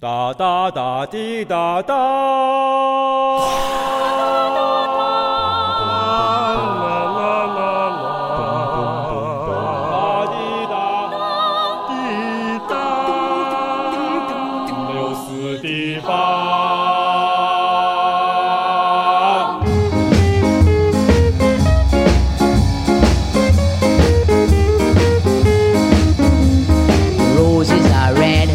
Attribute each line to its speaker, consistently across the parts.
Speaker 1: 哒哒哒滴哒哒，啦啦啦啦啦，哒滴哒滴哒，六四的发。
Speaker 2: Roses are red,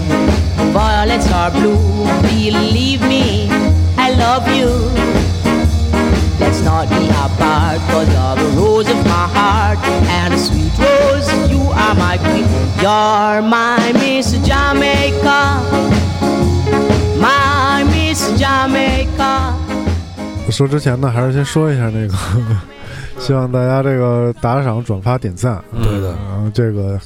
Speaker 2: violets are blue. Believe me, I love you. Let's not be apart, cause you're the rose of my heart. And a sweet rose, you are my queen. You're my Miss Jamaica. My Miss Jamaica.
Speaker 3: 说之前呢，还是先说一下那个， 希望大家这个打赏、转发、点赞。
Speaker 4: 对的，
Speaker 3: 然后这个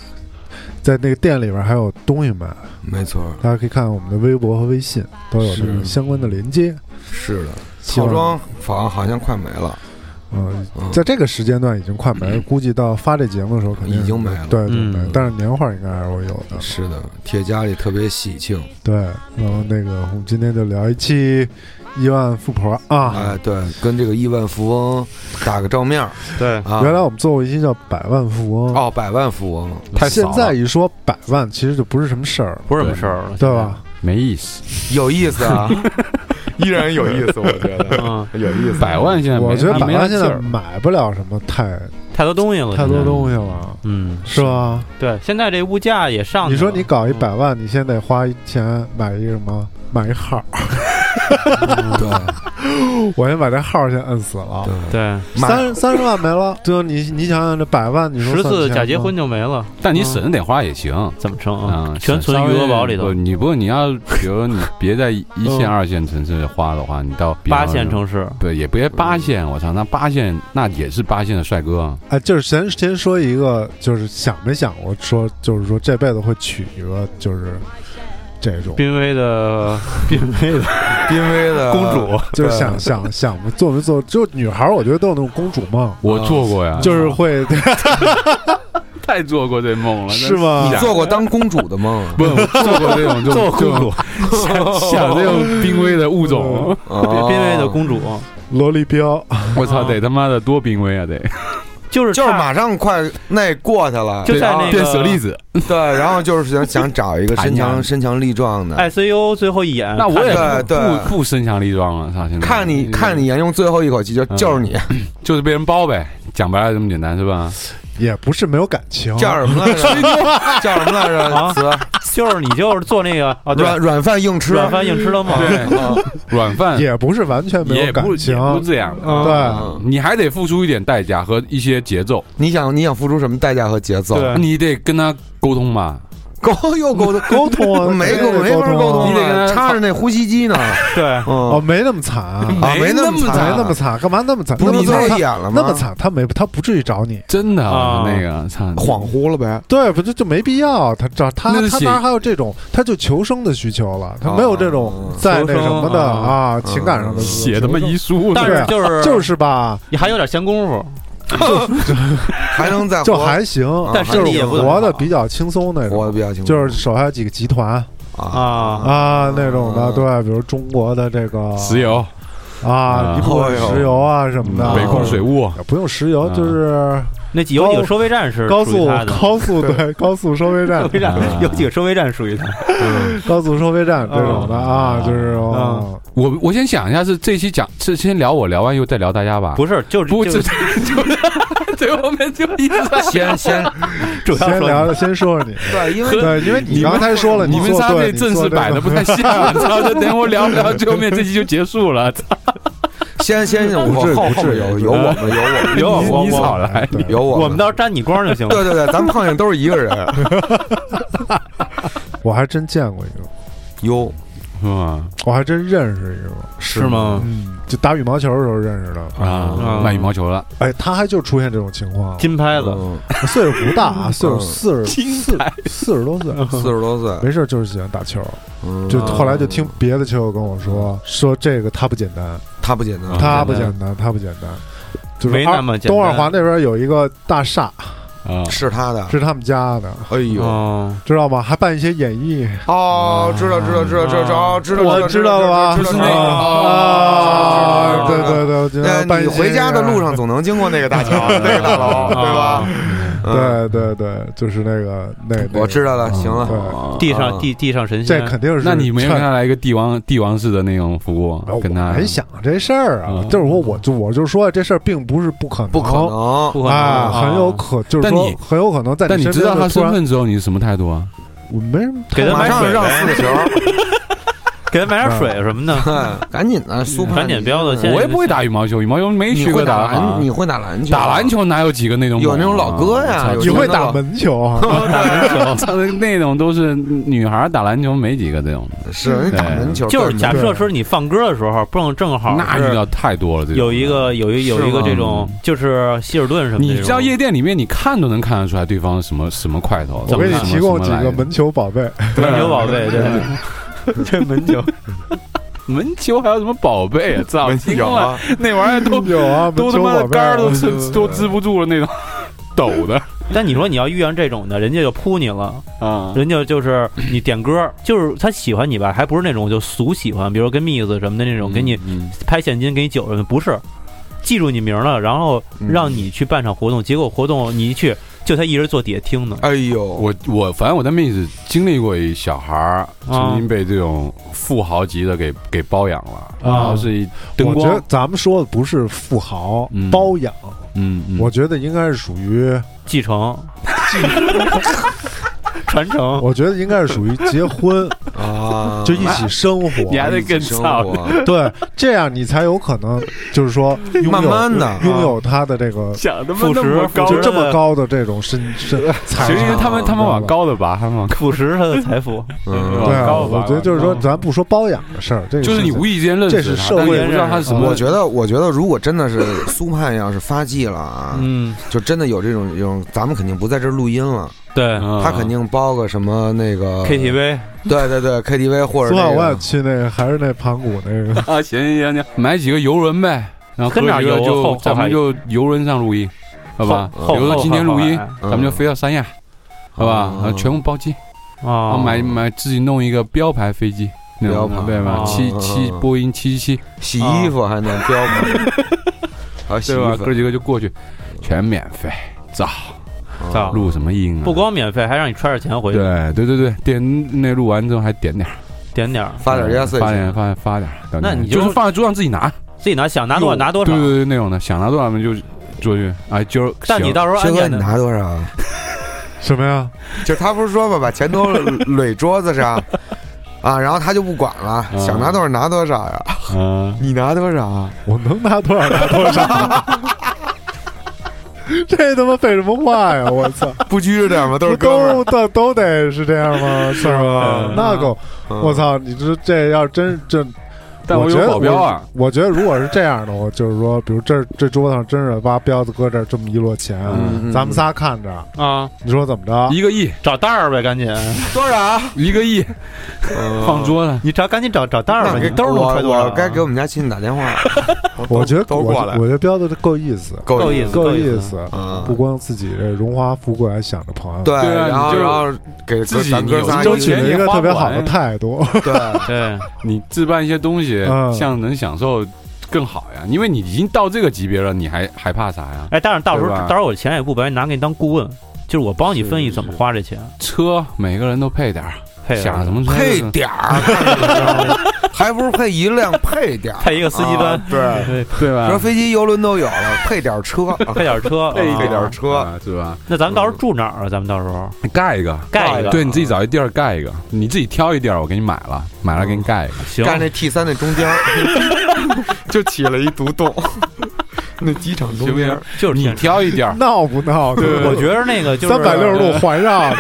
Speaker 3: 在那个店里边还有东西卖，
Speaker 4: 没错，
Speaker 3: 大家可以看我们的微博和微信都有这个
Speaker 4: 是
Speaker 3: 相关的连接。
Speaker 4: 是的，
Speaker 3: 希
Speaker 4: 套
Speaker 3: 望
Speaker 4: 装房好像快没了，
Speaker 3: 嗯，
Speaker 4: 嗯
Speaker 3: 在这个时间段已经快没了，估计到发这节目的时候肯定
Speaker 4: 已经没了
Speaker 3: 对对对
Speaker 5: 嗯，
Speaker 3: 但是年画应该还是会有的。
Speaker 4: 是的，铁家里特别喜庆，
Speaker 3: 对，然后那个我们今天就聊一期亿万富婆啊。
Speaker 4: 哎，对，跟这个亿万富翁打个照面儿
Speaker 5: 对，
Speaker 4: 啊。
Speaker 3: 原来我们做过一期叫《百万富翁》，
Speaker 4: 哦，百万富翁，
Speaker 5: 太
Speaker 3: 现
Speaker 5: 扫
Speaker 3: 在
Speaker 5: 了
Speaker 3: 一说百万，其实就不是什么事儿了，
Speaker 5: 不是什么事儿了，
Speaker 3: 对吧？
Speaker 5: 没意思。
Speaker 4: 有意思啊， 依然有意思，我觉 得
Speaker 5: 嗯，
Speaker 4: 有意思。
Speaker 5: 百万现在没
Speaker 3: 我觉得
Speaker 5: 没
Speaker 3: 百
Speaker 5: 那
Speaker 3: 万
Speaker 5: 劲
Speaker 3: 现在
Speaker 5: 儿
Speaker 3: 买不了什么太
Speaker 5: 太多东西了，
Speaker 3: 太多东
Speaker 5: 西。
Speaker 3: 西了，
Speaker 5: 嗯，
Speaker 3: 是吧？
Speaker 5: 对，现在这物价也上去了。
Speaker 3: 你说你搞一
Speaker 5: 嗯
Speaker 3: 百万，你先得花钱买一个什么？买一号，嗯
Speaker 4: 对
Speaker 3: 我先把这号先摁死了。
Speaker 4: 对，
Speaker 5: 对
Speaker 4: 买
Speaker 3: 三三十万没了，最后啊你你想想这百万，你说
Speaker 5: 十
Speaker 3: 算
Speaker 5: 次
Speaker 3: 钱
Speaker 5: 假结
Speaker 3: 吗
Speaker 5: 婚就没了，
Speaker 6: 但你省着点花也行
Speaker 5: 怎么称啊
Speaker 6: 啊，？
Speaker 5: 全存
Speaker 6: 稍微
Speaker 5: 余额宝里
Speaker 6: 不
Speaker 5: 头，
Speaker 6: 你不过你要，比如你别在一一线、二线城市花的话，你到比方
Speaker 5: 八线城市，
Speaker 6: 对，也别八线。我操，那八线那也是八线的帅哥
Speaker 5: 嗯
Speaker 6: 啊。
Speaker 3: 哎，就是先先说一个，就是想没想过说，就是说这辈子会娶一个，就是这种，
Speaker 5: 濒危的濒危的
Speaker 4: 濒危的
Speaker 5: 公主，
Speaker 3: 呃就是想想想不做没做，就女孩儿我觉得都有那种公主梦，
Speaker 5: 嗯
Speaker 6: 我做过呀，
Speaker 3: 就是会
Speaker 6: 太做过这梦了，
Speaker 3: 是吗
Speaker 4: 你做过当公主的 梦啊？
Speaker 6: 不，我做过这 种这
Speaker 5: 做
Speaker 6: 种
Speaker 5: 公主，
Speaker 6: 想 这种濒危的物种，
Speaker 4: 哦
Speaker 5: 濒危的公主，
Speaker 3: 萝莉标，
Speaker 5: 嗯
Speaker 6: 我操，得他妈的多濒危啊，得
Speaker 5: 就是
Speaker 4: 就是
Speaker 5: 差
Speaker 4: 马上快那过去了，
Speaker 5: 就在
Speaker 4: 然后
Speaker 5: 那个
Speaker 6: 变舍利子。
Speaker 4: 对，然后就是想想找一个身
Speaker 6: 哎
Speaker 4: 强
Speaker 6: 呀
Speaker 4: 身强力壮的，
Speaker 5: ICU E 最后一眼，
Speaker 6: 那我也
Speaker 4: 看
Speaker 6: 不
Speaker 4: 对对
Speaker 6: 不不身强力壮了，操！现在
Speaker 4: 看你看你，沿用最后一口气就
Speaker 6: 嗯
Speaker 4: 就是你
Speaker 6: 就是被人包呗，讲白了这么简单是吧？
Speaker 3: 也不是没有感情，
Speaker 4: 叫什么来着？叫什么来着？
Speaker 5: 啊
Speaker 4: 词
Speaker 5: 就是你就是做那个啊，对，
Speaker 4: 软软饭硬吃，
Speaker 5: 软饭硬吃的哦梦，
Speaker 6: 对，软饭
Speaker 3: 也不是完全没
Speaker 6: 也
Speaker 3: 有感
Speaker 6: 不
Speaker 3: 情
Speaker 6: 也，
Speaker 4: 啊
Speaker 6: 不这样的，啊
Speaker 3: 对，
Speaker 4: 嗯
Speaker 6: 你还得付出一点代价和一些节奏，
Speaker 4: 你想你想付出什么代价和节奏？
Speaker 5: 对
Speaker 6: 你得跟他沟通嘛。
Speaker 4: 沟又沟通
Speaker 3: 沟通啊
Speaker 4: 没
Speaker 3: 肯定
Speaker 4: 沟
Speaker 3: 得
Speaker 4: 没法沟
Speaker 3: 啊
Speaker 4: 通
Speaker 6: 你得跟
Speaker 4: 了，
Speaker 6: 他
Speaker 4: 插着那呼吸机呢。
Speaker 5: 对，
Speaker 3: 哦，
Speaker 4: 嗯，
Speaker 3: 没那么惨啊，
Speaker 4: 啊
Speaker 6: 没
Speaker 4: 那
Speaker 6: 那么
Speaker 3: 没
Speaker 4: 惨，
Speaker 3: 那么惨，干嘛那么惨？
Speaker 4: 不是
Speaker 3: 那么
Speaker 4: 你
Speaker 3: 惨
Speaker 4: 泪
Speaker 3: 他
Speaker 4: 眼了吗？
Speaker 3: 那么，惨，他没他不至于找你，
Speaker 6: 真的
Speaker 5: 啊
Speaker 6: 那个操，
Speaker 4: 恍惚了呗。
Speaker 3: 对，不就就没必要。他找他
Speaker 6: 那是
Speaker 3: 他
Speaker 6: 写
Speaker 3: 哪还有这种，他就求生的需求了，他
Speaker 4: 哦
Speaker 3: 没有这种在那什么的
Speaker 5: 求生
Speaker 3: 啊情感上的需求
Speaker 6: 写他妈遗书，
Speaker 5: 但是
Speaker 3: 对
Speaker 5: 就
Speaker 3: 啊
Speaker 5: 是
Speaker 3: 就是吧，
Speaker 5: 你还有点闲工夫，
Speaker 4: 还能再
Speaker 3: 就
Speaker 4: 活
Speaker 3: 还行，
Speaker 6: 啊
Speaker 5: 但
Speaker 3: 就
Speaker 5: 身体
Speaker 3: 是
Speaker 5: 也不怎么
Speaker 3: 活的
Speaker 5: 好
Speaker 3: 比较轻松那种
Speaker 4: 活的。比较清楚，
Speaker 3: 就是手下几个集团
Speaker 4: 啊，
Speaker 5: 啊，
Speaker 3: 啊，那种的，对，比如中国的这个
Speaker 6: 石油、
Speaker 3: 啊，
Speaker 6: 啊
Speaker 3: 一部分石油啊什么的，
Speaker 6: 北控水务，
Speaker 3: 不用石油，
Speaker 6: 啊
Speaker 3: 就是
Speaker 5: 那几有几个收费站是
Speaker 3: 高
Speaker 5: 属于
Speaker 3: 速
Speaker 5: 他的，
Speaker 3: 高速对高速收费站
Speaker 5: 收，费站
Speaker 6: 啊
Speaker 5: 有几个收费站属于他，
Speaker 3: 高速收费站这种的啊，
Speaker 6: 啊
Speaker 3: 就是哦
Speaker 5: 啊
Speaker 6: 我我先想一下，是这期讲是先聊我，聊完又再聊大家吧。
Speaker 5: 不是，就是
Speaker 6: 不，
Speaker 5: 就
Speaker 6: 这 就最后面就一直 在
Speaker 4: 先先
Speaker 5: 主要
Speaker 3: 先
Speaker 5: 说
Speaker 3: 聊，先说说你。
Speaker 4: 对，因为
Speaker 3: 对，因为你
Speaker 6: 你们
Speaker 3: 刚才说了，
Speaker 6: 你们
Speaker 3: 做
Speaker 6: 仨
Speaker 3: 对
Speaker 6: 这
Speaker 3: 你
Speaker 6: 阵
Speaker 3: 做
Speaker 6: 势
Speaker 3: 这
Speaker 6: 摆
Speaker 3: 个
Speaker 6: 的不太像， 操！就等我聊聊，最后面这期就结束了。
Speaker 4: 先先我
Speaker 3: 不至于
Speaker 4: 后后
Speaker 3: 不至
Speaker 4: 面
Speaker 3: 于
Speaker 4: 有
Speaker 3: 不至于
Speaker 4: 有我们有
Speaker 5: 有我
Speaker 4: 我们
Speaker 5: 我
Speaker 6: 你
Speaker 5: 我
Speaker 6: 少来，
Speaker 3: 对
Speaker 4: 有我
Speaker 5: 我们到时候沾你光就行了
Speaker 4: 对对对，咱们碰见都是一个人。
Speaker 3: 我还真见过一个，
Speaker 4: 哟，
Speaker 6: 是吗？
Speaker 3: 我还真认识一个，
Speaker 5: 是吗？
Speaker 3: 嗯，就打羽毛球的时候认识的。
Speaker 6: 啊，卖羽毛球了，
Speaker 3: 哎，他还就出现这种情况，
Speaker 5: 金拍子，
Speaker 4: 嗯，
Speaker 3: 岁数不大 啊，岁数
Speaker 4: 嗯
Speaker 3: 四十四四十多岁，
Speaker 4: 四十多岁，
Speaker 3: 没事就是喜欢打球。
Speaker 4: 嗯
Speaker 3: 就后来就听别的球友跟我说，说这个他不简单，
Speaker 4: 他不简
Speaker 3: 嗯
Speaker 4: 单，
Speaker 3: 他不简单，他不简单。就是
Speaker 5: 没那么
Speaker 3: 二
Speaker 5: 简单
Speaker 4: 嗯
Speaker 3: 东二环那边有一个大厦，
Speaker 6: 啊，
Speaker 4: 是他的。
Speaker 3: 是他们家的，
Speaker 4: 哎呦，
Speaker 5: 哦，
Speaker 3: 知道吗？还办一些演艺，
Speaker 4: 哦，知道知道知道知道知道知道，
Speaker 3: 我
Speaker 4: 知
Speaker 3: 道了吧？
Speaker 4: 知道知道知道
Speaker 3: 啊，对对对，
Speaker 4: 知道知道知道知道知道
Speaker 3: 我觉得
Speaker 4: 那
Speaker 3: 办一
Speaker 4: 你
Speaker 3: 些
Speaker 4: 回家的路上总能经过那个大桥、那个大楼，对吧？
Speaker 3: 对
Speaker 4: 嗯，
Speaker 3: 对对，就是那个那那个，
Speaker 4: 我知道嗯了，行了，
Speaker 3: 对
Speaker 5: 地上地地上神仙
Speaker 3: 这，肯定是
Speaker 6: 那你没有
Speaker 3: 劝
Speaker 6: 给他来一个帝王帝王式的那种服务
Speaker 3: 啊，我
Speaker 6: 跟他
Speaker 3: 没想这事儿啊，
Speaker 6: 嗯
Speaker 3: 就是说，我就我就说这事儿并不是不可能，
Speaker 4: 不可能，
Speaker 5: 不可能
Speaker 3: 啊，很有
Speaker 5: 哦
Speaker 3: 可就是说
Speaker 6: 但你
Speaker 3: 很有可能在
Speaker 6: 但你
Speaker 3: 身
Speaker 6: 知
Speaker 3: 边
Speaker 6: 道他
Speaker 3: 就突
Speaker 6: 身
Speaker 3: 然，
Speaker 6: 份之后，你是什么态度啊？
Speaker 3: 我没什么
Speaker 5: 给他
Speaker 4: 马
Speaker 5: 买
Speaker 4: 上
Speaker 5: 水
Speaker 4: 让
Speaker 5: 呗，
Speaker 4: 四个球，
Speaker 5: 给他买点水什么的。
Speaker 4: 哎赶紧的，苏盼
Speaker 5: 赶紧标的现在
Speaker 6: 我也不会打羽毛球，羽毛球没
Speaker 4: 你
Speaker 6: 学过
Speaker 4: 会打
Speaker 6: 啊
Speaker 4: 篮，你会打篮球？
Speaker 6: 打篮球哪有几个那种
Speaker 4: 有
Speaker 6: 猛啊
Speaker 4: 那种老哥呀
Speaker 6: 我操
Speaker 4: 有
Speaker 3: 你会打门球 啊？
Speaker 6: 打篮球，那 种都是女孩打篮球没几个这种的，
Speaker 4: 是你打篮球，
Speaker 5: 就是假设说你放歌的时候，正正好
Speaker 6: 那遇
Speaker 5: 是
Speaker 6: 到太多了。这种
Speaker 5: 有一个有一有一个
Speaker 4: 是吗
Speaker 5: 这种，就是希尔顿什么的这种，
Speaker 6: 你知道夜店里面，你看都能看得出来对方什么什么块头。
Speaker 3: 我给你
Speaker 6: 什么
Speaker 3: 提供
Speaker 6: 什么
Speaker 3: 几
Speaker 6: 来
Speaker 3: 个
Speaker 6: 的
Speaker 3: 门球宝贝，
Speaker 5: 门球宝贝，对，
Speaker 6: 这门球，门球还有什么宝贝啊？操，惊
Speaker 4: 有
Speaker 6: 了，
Speaker 4: 啊，
Speaker 6: 那玩意儿都
Speaker 3: 有啊， 门
Speaker 6: 都他
Speaker 3: 球
Speaker 6: 妈
Speaker 3: 宝
Speaker 6: 的
Speaker 3: 贝
Speaker 6: 杆儿
Speaker 3: 啊
Speaker 6: 都支都支不住了那种， 抖的
Speaker 5: 但你说你要遇上这种的，人家就扑你了，
Speaker 6: 啊。
Speaker 5: 人家就是你点歌，就是他喜欢你吧，还不是那种就俗喜欢，比如跟蜜子什么的那种，给你
Speaker 6: 嗯
Speaker 5: 拍现金给你酒什么的，不是，记住你名了，然后让你去办场活动，结果活动你一去，就他一人坐底下听呢，
Speaker 4: 哎呦，
Speaker 6: 我我反正我在妹子经历过一小孩
Speaker 3: 啊
Speaker 6: 儿曾经被这种富豪级的给给包养了，然后是一灯
Speaker 3: 啊我觉得
Speaker 6: 光，
Speaker 3: 咱们说的不是富豪
Speaker 6: 嗯
Speaker 3: 包养，
Speaker 6: 嗯，嗯
Speaker 3: 我觉得应该是属于，
Speaker 5: 继承， 传承，
Speaker 3: 我觉得应该是属于结 婚
Speaker 4: 啊，
Speaker 3: 就一起生活
Speaker 6: 你，还得更
Speaker 4: 生
Speaker 6: 操，
Speaker 4: 活，
Speaker 3: 对，这样你才有可能就是说拥有
Speaker 4: 慢慢的
Speaker 3: 拥
Speaker 6: 啊
Speaker 3: 有他的这个
Speaker 6: 想他妈
Speaker 5: 副
Speaker 6: 那
Speaker 5: 食
Speaker 6: 么高，
Speaker 3: 就这么高的这种 身身
Speaker 6: 其
Speaker 3: 材
Speaker 6: 实
Speaker 3: 啊，
Speaker 6: 他们他们往高了拔，他 们往高
Speaker 5: 腐蚀他的财富，
Speaker 4: 嗯。
Speaker 3: 对啊，
Speaker 6: 高
Speaker 3: 我
Speaker 6: 吧
Speaker 3: 觉得就是说，
Speaker 5: 高
Speaker 3: 咱不说包养的事儿，这个
Speaker 6: 就是你无意间认识
Speaker 3: 这是
Speaker 6: 他
Speaker 3: 社
Speaker 6: 但你
Speaker 3: 会
Speaker 6: 不知道他是什么，
Speaker 4: 我觉得，我觉得，如果真的是苏盼要是发迹了啊，
Speaker 5: 嗯，
Speaker 4: 就真的有这种这种，咱们肯定不在这儿录音了，
Speaker 5: 对
Speaker 6: 嗯
Speaker 4: 他肯定包个什么那个
Speaker 5: ，KTV
Speaker 4: 对对对 KTV 或者
Speaker 3: 昨晚
Speaker 4: 那
Speaker 3: 我想
Speaker 4: 个
Speaker 3: 去那个，还是那盘古那个，
Speaker 6: 啊，行行行，买几个游轮呗，然后
Speaker 5: 跟哪
Speaker 6: 哪
Speaker 5: 儿游啊后
Speaker 6: 就
Speaker 5: 后
Speaker 6: 咱
Speaker 5: 海
Speaker 6: 们就游轮上录音，好吧？
Speaker 5: 后
Speaker 6: 比如说今天录音
Speaker 5: 后后，
Speaker 4: 后海
Speaker 6: 咱
Speaker 3: 嗯
Speaker 6: 们就飞到三亚，好
Speaker 3: 啊
Speaker 6: 吧？
Speaker 4: 嗯
Speaker 6: 然后全部包机，然
Speaker 5: 啊
Speaker 6: 后，买买自己弄一个标牌飞机，那种
Speaker 4: 标牌
Speaker 6: 对吧
Speaker 5: 哦？
Speaker 6: 七七
Speaker 4: 嗯
Speaker 6: 波音七七七，
Speaker 4: 洗衣服还能 标吗？还有洗
Speaker 6: 啊对
Speaker 4: 衣
Speaker 6: 吧？
Speaker 4: 服
Speaker 6: 哥，几个就过去，全免费，造
Speaker 5: 操
Speaker 6: 录什么音啊？
Speaker 5: 不光免费，还让你揣着钱回去，
Speaker 6: 对对对对，点那录完之后还点点儿，
Speaker 5: 点点儿，
Speaker 4: 发点压岁
Speaker 6: 发
Speaker 4: 钱
Speaker 6: 点，发发点儿，等
Speaker 5: 那
Speaker 6: 等
Speaker 5: 你就
Speaker 6: 就是放在桌上自己拿，
Speaker 5: 自己拿想拿多少拿多少
Speaker 6: 对，对对，那种的，想拿多少我们就过去，哎，就是
Speaker 5: 但你
Speaker 6: 行
Speaker 5: 到时候
Speaker 4: 薛
Speaker 5: 按
Speaker 4: 哥
Speaker 5: 键
Speaker 4: 你
Speaker 5: 的
Speaker 4: 拿多少？
Speaker 3: 什么呀？
Speaker 4: 就是他不是说嘛，把钱都垒桌子 上啊，然后他就不管了，
Speaker 6: 嗯
Speaker 4: 想拿多少拿多少呀，
Speaker 6: 嗯。
Speaker 4: 你拿多少啊？
Speaker 3: 我能拿多少拿多少。 这他妈废什么话呀！我操，
Speaker 4: 不拘着点吗？都
Speaker 3: 不
Speaker 4: 是哥们
Speaker 3: 都
Speaker 4: 儿，
Speaker 3: 都都得是这样吗？是吧？那够！
Speaker 4: 嗯
Speaker 3: 我，操，你这这要真这，
Speaker 6: 但
Speaker 3: 我
Speaker 6: 我
Speaker 3: 觉
Speaker 6: 有
Speaker 3: 得
Speaker 6: 保镖啊，
Speaker 3: 我我觉得如果是这样的，我就是说，比如这这桌子上真是挖彪子搁这儿这么一摞钱，啊
Speaker 4: 嗯嗯
Speaker 3: 咱们仨看着，
Speaker 5: 啊，
Speaker 3: 你说怎么着？
Speaker 6: 一个亿，
Speaker 5: 找袋儿呗，赶紧
Speaker 4: 多少？
Speaker 6: 一个 亿放桌上，
Speaker 5: 你找赶紧找找袋儿
Speaker 4: 那
Speaker 5: 呗，
Speaker 4: 给
Speaker 5: 你兜儿能揣多
Speaker 4: 我
Speaker 5: 少
Speaker 4: 我
Speaker 5: 啊？
Speaker 4: 该给我们家亲戚打电话，
Speaker 3: 我觉得
Speaker 4: 都
Speaker 3: 我
Speaker 4: 过来
Speaker 3: 我觉得彪子够意思，
Speaker 5: 够
Speaker 4: 够
Speaker 5: 意思
Speaker 3: 够
Speaker 5: 意
Speaker 3: 思，
Speaker 4: 嗯
Speaker 3: 不光自己这荣华富贵，还想着朋友，
Speaker 4: 对，
Speaker 6: 对啊
Speaker 4: 然后
Speaker 6: 你就
Speaker 4: 然后给
Speaker 6: 自己
Speaker 4: 咱哥仨
Speaker 6: 你
Speaker 4: 一
Speaker 3: 争
Speaker 6: 有
Speaker 3: 取
Speaker 6: 钱
Speaker 3: 了一
Speaker 6: 也
Speaker 3: 个
Speaker 6: 花
Speaker 3: 特
Speaker 6: 不
Speaker 3: 别好的
Speaker 6: 完
Speaker 3: 态 度。
Speaker 4: 对，
Speaker 5: 对，
Speaker 6: 你置办一些东西
Speaker 3: 嗯，
Speaker 6: 像能享受更好呀，因为你已经到这个级别了，你还还怕啥呀？
Speaker 5: 哎，但是到时候
Speaker 6: 对吧
Speaker 5: 到时候我钱也不白拿，给你当顾问，就是我帮你分析怎么花这钱，
Speaker 6: 车每个人都配点儿，
Speaker 5: 配了
Speaker 6: 想什么车
Speaker 4: 配点儿，啊还不是配一辆配点儿，
Speaker 5: 配一个司机班
Speaker 4: 啊对。
Speaker 5: 对，
Speaker 6: 对
Speaker 4: 说
Speaker 6: 吧？
Speaker 4: 飞机、游轮都有了，配点儿 车，
Speaker 5: 配点儿车，啊
Speaker 4: 配点儿车，
Speaker 6: 啊是吧？
Speaker 5: 那咱们到时候住哪儿啊？咱们到时候
Speaker 6: 盖一个，
Speaker 5: 盖一个，
Speaker 6: 对你自己找一地儿盖一个，你自己挑一地儿，我给你买了，买了给你盖一个。
Speaker 5: 行，
Speaker 4: 干那 T 三那中间儿， 就起了一独栋，那机场中间儿。
Speaker 5: 就是
Speaker 6: 你
Speaker 5: 天
Speaker 6: 挑一地 儿，
Speaker 3: 闹不闹？对
Speaker 5: 我觉得那个就是
Speaker 3: 三百六十度环绕的，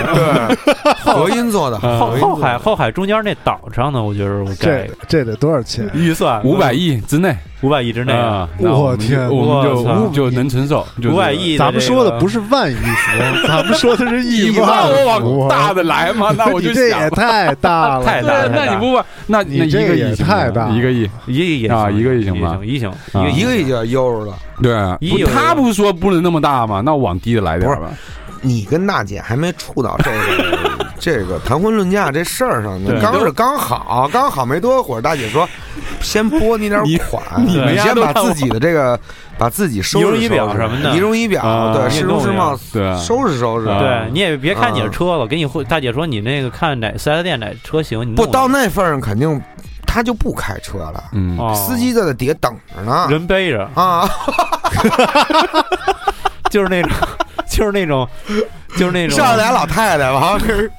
Speaker 4: 对，合音做的，
Speaker 5: 呃后
Speaker 6: 啊
Speaker 4: 合音
Speaker 5: 后
Speaker 4: 做的
Speaker 5: 海后海中间那岛上呢，我觉得我盖
Speaker 3: 这这得多少钱？
Speaker 5: 预算
Speaker 6: 五百亿之内
Speaker 5: 五百亿之内，
Speaker 6: 啊！那我们就
Speaker 3: 天
Speaker 6: 我们
Speaker 5: 我操
Speaker 6: 就就能承受，就是
Speaker 5: 五百亿的这个，
Speaker 3: 咱们说的不是万亿服，咱们说的是亿
Speaker 6: 你让我
Speaker 3: 万服
Speaker 6: 往。大的来嘛，那我就
Speaker 3: 你这
Speaker 6: 想
Speaker 3: 也太大了，
Speaker 5: 太大了
Speaker 6: 那那你不把那
Speaker 3: 你
Speaker 6: 那
Speaker 3: 这
Speaker 6: 一
Speaker 3: 个
Speaker 6: 个
Speaker 3: 也
Speaker 6: 亿行吗
Speaker 3: 太大了
Speaker 6: 一个亿，
Speaker 5: 一个亿也
Speaker 6: 啊
Speaker 5: 行
Speaker 6: 一个亿行
Speaker 5: 也
Speaker 6: 吗
Speaker 5: 行一行
Speaker 6: 啊
Speaker 5: 一
Speaker 4: 一
Speaker 5: 个
Speaker 4: 个已经悠着了，
Speaker 6: 对啊，
Speaker 5: 一
Speaker 6: 不
Speaker 5: 有
Speaker 6: 他不是说不能那么大嘛，那我往低的来点儿吧，
Speaker 4: 你跟娜姐还没触到这个 这个谈婚论嫁这事儿上呢
Speaker 5: 对，
Speaker 4: 刚是刚好，刚好没多会儿，大姐说先拨你点
Speaker 7: 你
Speaker 4: 款，
Speaker 7: 你
Speaker 5: 们
Speaker 4: 你
Speaker 5: 家
Speaker 4: 先
Speaker 5: 都
Speaker 4: 把
Speaker 5: 看
Speaker 4: 自己的这个把自己收拾
Speaker 5: 仪容仪表
Speaker 4: 收拾
Speaker 5: 什么的
Speaker 4: 仪容仪表
Speaker 6: 啊
Speaker 4: 对，
Speaker 5: 运
Speaker 4: 市
Speaker 5: 动
Speaker 4: 容市
Speaker 5: 呀
Speaker 4: 貌
Speaker 6: 对啊
Speaker 4: 收拾收拾，
Speaker 6: 啊
Speaker 5: 对，你也别看你是车了，给你会大姐说你那个看哪四 S 店哪车型，你弄
Speaker 4: 不到那份儿上肯定他就不开车了，
Speaker 6: 嗯，
Speaker 5: 哦
Speaker 4: 司机在那底下等着呢
Speaker 5: 人背着，
Speaker 4: 啊，
Speaker 5: 就是那种，就是那种，就是那种
Speaker 4: 上来俩老太太，完了是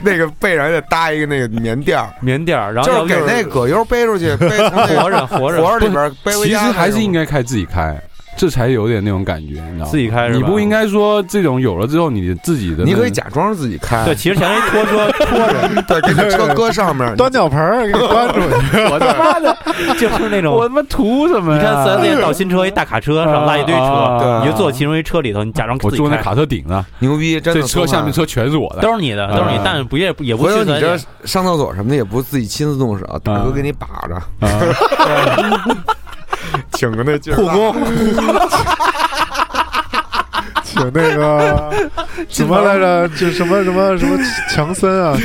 Speaker 4: 那个背上还得搭一个那个棉垫儿。
Speaker 5: 棉垫儿，然后
Speaker 4: 就
Speaker 5: 要
Speaker 4: 是
Speaker 5: 不
Speaker 4: 给那葛优背出去，背从那个
Speaker 5: 活着活着
Speaker 4: 活着里边背回
Speaker 6: 其实
Speaker 4: 家那种。
Speaker 6: 还是应该开自己开，这才有点那种感觉，你知道吗？
Speaker 5: 自己开是吧
Speaker 6: 你不应该说这种有了之后你自己的，
Speaker 4: 你可以，假装自己开，
Speaker 5: 对，其实前面一拖车拖着，
Speaker 4: 对，给你车搁上面，
Speaker 3: 端脚盆儿给你端出去，
Speaker 6: 我他妈的，
Speaker 5: 就是那种。
Speaker 6: 我他妈图什么
Speaker 5: 你
Speaker 6: 呀？
Speaker 5: 看四 S 店倒新车，一大卡车上拉一堆
Speaker 6: 啊
Speaker 5: 车，
Speaker 4: 对
Speaker 5: 你就坐其中一车里头，你假装
Speaker 6: 我
Speaker 5: 自己
Speaker 6: 坐那
Speaker 5: 开
Speaker 6: 卡车顶了，
Speaker 4: 牛逼，真
Speaker 6: 这
Speaker 4: 的。
Speaker 6: 车下面，车全是我的，
Speaker 5: 都是你的，都是你，但是不也也不
Speaker 4: 回头
Speaker 5: 去
Speaker 4: 你
Speaker 5: 咱
Speaker 4: 这
Speaker 5: 也
Speaker 4: 上厕所什么的也不自己亲自动手，大哥给你把着，请个那劲儿，护工
Speaker 3: 请那个什么来着？就什么什么什么强森啊，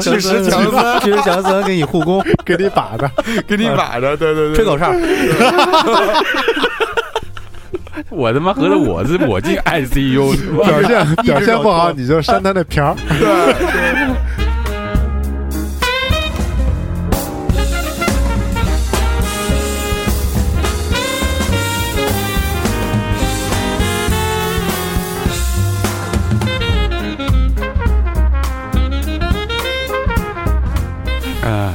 Speaker 4: 巨石强森
Speaker 5: 巨石强森给你护工，
Speaker 3: 给你把着，
Speaker 4: 给你 把着，对对
Speaker 5: 吹
Speaker 4: 对。
Speaker 5: 口哨，
Speaker 6: 我他妈合着我是 我进 ICU E 是吧
Speaker 3: 表现 表现不好你就扇他那瓢儿。
Speaker 6: 哎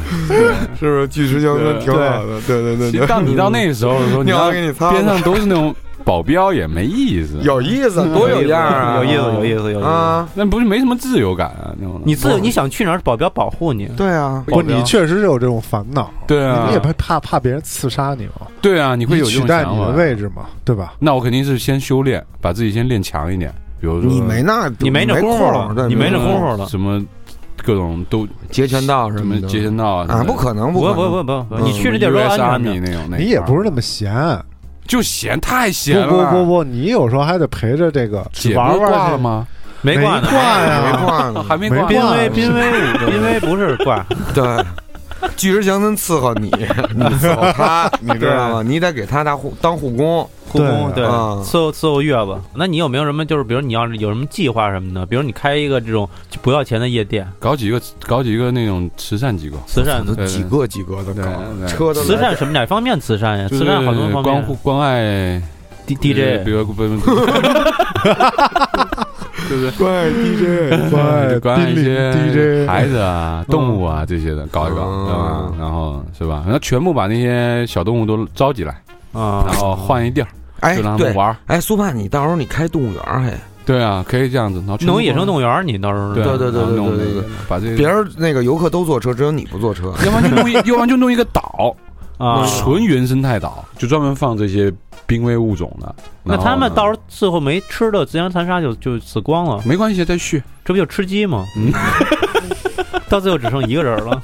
Speaker 4: 是不是巨石强森挺好的？对对
Speaker 6: 其
Speaker 4: 对
Speaker 6: 实到
Speaker 4: 对，
Speaker 6: 你到那个时候的时候，你
Speaker 4: 尿
Speaker 6: 要
Speaker 4: 给你擦了
Speaker 6: 边上都是那种保镖也没意思，
Speaker 4: 有意思，多有样儿啊！
Speaker 5: 嗯有意思，有意思，有意思。
Speaker 4: 啊！
Speaker 6: 那不是没什么自由感啊那种的。
Speaker 5: 你自由，你想去哪儿，保镖保护你。
Speaker 4: 对啊，
Speaker 3: 不，哦你确实是有这种烦恼，
Speaker 6: 对啊
Speaker 3: 你也怕怕怕别人刺杀你嘛，
Speaker 6: 对啊，你会有这
Speaker 3: 取
Speaker 6: 种
Speaker 3: 代
Speaker 6: 想
Speaker 3: 你
Speaker 6: 法
Speaker 3: 的。位置嘛，对吧？
Speaker 6: 那我肯定是先修炼，把自己先练强一点。比如说，
Speaker 4: 你没那，
Speaker 5: 你没那功夫了
Speaker 4: 空对
Speaker 5: 你没那
Speaker 6: 嗯
Speaker 5: 功夫了
Speaker 6: 什么各种都
Speaker 4: 截拳道什
Speaker 6: 什
Speaker 3: 嗯
Speaker 4: 么
Speaker 6: 么
Speaker 4: 的
Speaker 6: 截拳道啊什么
Speaker 4: 啊，
Speaker 6: 的，
Speaker 4: 不可能，
Speaker 5: 不
Speaker 4: 可
Speaker 5: 不
Speaker 4: 能，
Speaker 5: 不不不，你
Speaker 4: 嗯
Speaker 5: 去这地儿都安
Speaker 6: US
Speaker 5: 全
Speaker 6: Army
Speaker 5: 的。
Speaker 6: 那种那
Speaker 3: 你也
Speaker 6: 块儿
Speaker 3: 不是那么闲，
Speaker 6: 就闲太闲
Speaker 3: 不
Speaker 6: 了，
Speaker 3: 不不不，你有时候还得陪着这个
Speaker 6: 姐
Speaker 3: 玩
Speaker 6: 不是
Speaker 3: 玩
Speaker 6: 挂
Speaker 3: 去
Speaker 6: 了？吗？
Speaker 5: 没挂呢
Speaker 3: 没，啊挂
Speaker 4: 哎没
Speaker 3: 呀，
Speaker 4: 挂 呢，
Speaker 6: 还没
Speaker 3: 没
Speaker 6: 挂
Speaker 5: 濒
Speaker 3: 挂
Speaker 5: 危
Speaker 3: 呢
Speaker 5: 濒 危濒危不是
Speaker 4: 啊
Speaker 5: 挂，
Speaker 4: 对，巨石强森伺候你，你伺候他，你知道吗？你得给他当护当护工。
Speaker 5: 护工对
Speaker 3: 对
Speaker 4: 啊
Speaker 5: 伺候伺候月子。那你有没有什么就是，比如你要是有什么计划什么的，比如你开一个这种就不要钱的夜店，
Speaker 6: 搞几个搞几个那种慈善机构，
Speaker 5: 慈 善
Speaker 4: 都几个几个的
Speaker 6: 对
Speaker 4: 搞，
Speaker 6: 对
Speaker 4: 车都来
Speaker 5: 慈善什么哪方面慈善呀？
Speaker 6: 哎就
Speaker 5: 慈
Speaker 6: 是
Speaker 5: 善好多方
Speaker 6: 关
Speaker 5: 面啊
Speaker 6: 关爱
Speaker 5: ，D
Speaker 6: 比
Speaker 5: DJ
Speaker 6: 如不不不， 就是
Speaker 4: 怪 DJ，
Speaker 3: 对，
Speaker 6: 关爱一些
Speaker 3: DJ
Speaker 6: 孩子啊、
Speaker 3: 嗯
Speaker 6: 动物啊这些的，搞一搞，
Speaker 4: 嗯
Speaker 6: 知道吗然后是吧？然后全部把那些小动物都召集来，
Speaker 5: 啊
Speaker 6: 然，后换一地儿，
Speaker 4: 哎
Speaker 6: 就让他们
Speaker 4: 对，
Speaker 6: 玩儿。
Speaker 4: 哎苏盼，你到时候你开动物园儿嘿，
Speaker 6: 对啊，可以这样子，然后全部
Speaker 5: 弄野生动物园儿，你到时候
Speaker 6: 对啊
Speaker 4: 对对对
Speaker 6: 然后
Speaker 4: 对
Speaker 6: 弄
Speaker 4: 对
Speaker 6: 那
Speaker 4: 对
Speaker 6: 个把这
Speaker 4: 别 人那个游客都坐车，只有你不坐车。
Speaker 6: 要不然就弄一，要不然就弄一个岛，
Speaker 5: 啊，
Speaker 6: 纯原生态岛，就专门放这些濒危物种的。
Speaker 5: 那
Speaker 6: 然后
Speaker 5: 他们
Speaker 6: 呢
Speaker 5: 到时候最后没吃的自相残杀就就死光了，
Speaker 6: 没关系，再续。
Speaker 5: 这不就吃鸡吗？
Speaker 6: 嗯，
Speaker 5: 到最后只剩一个人了，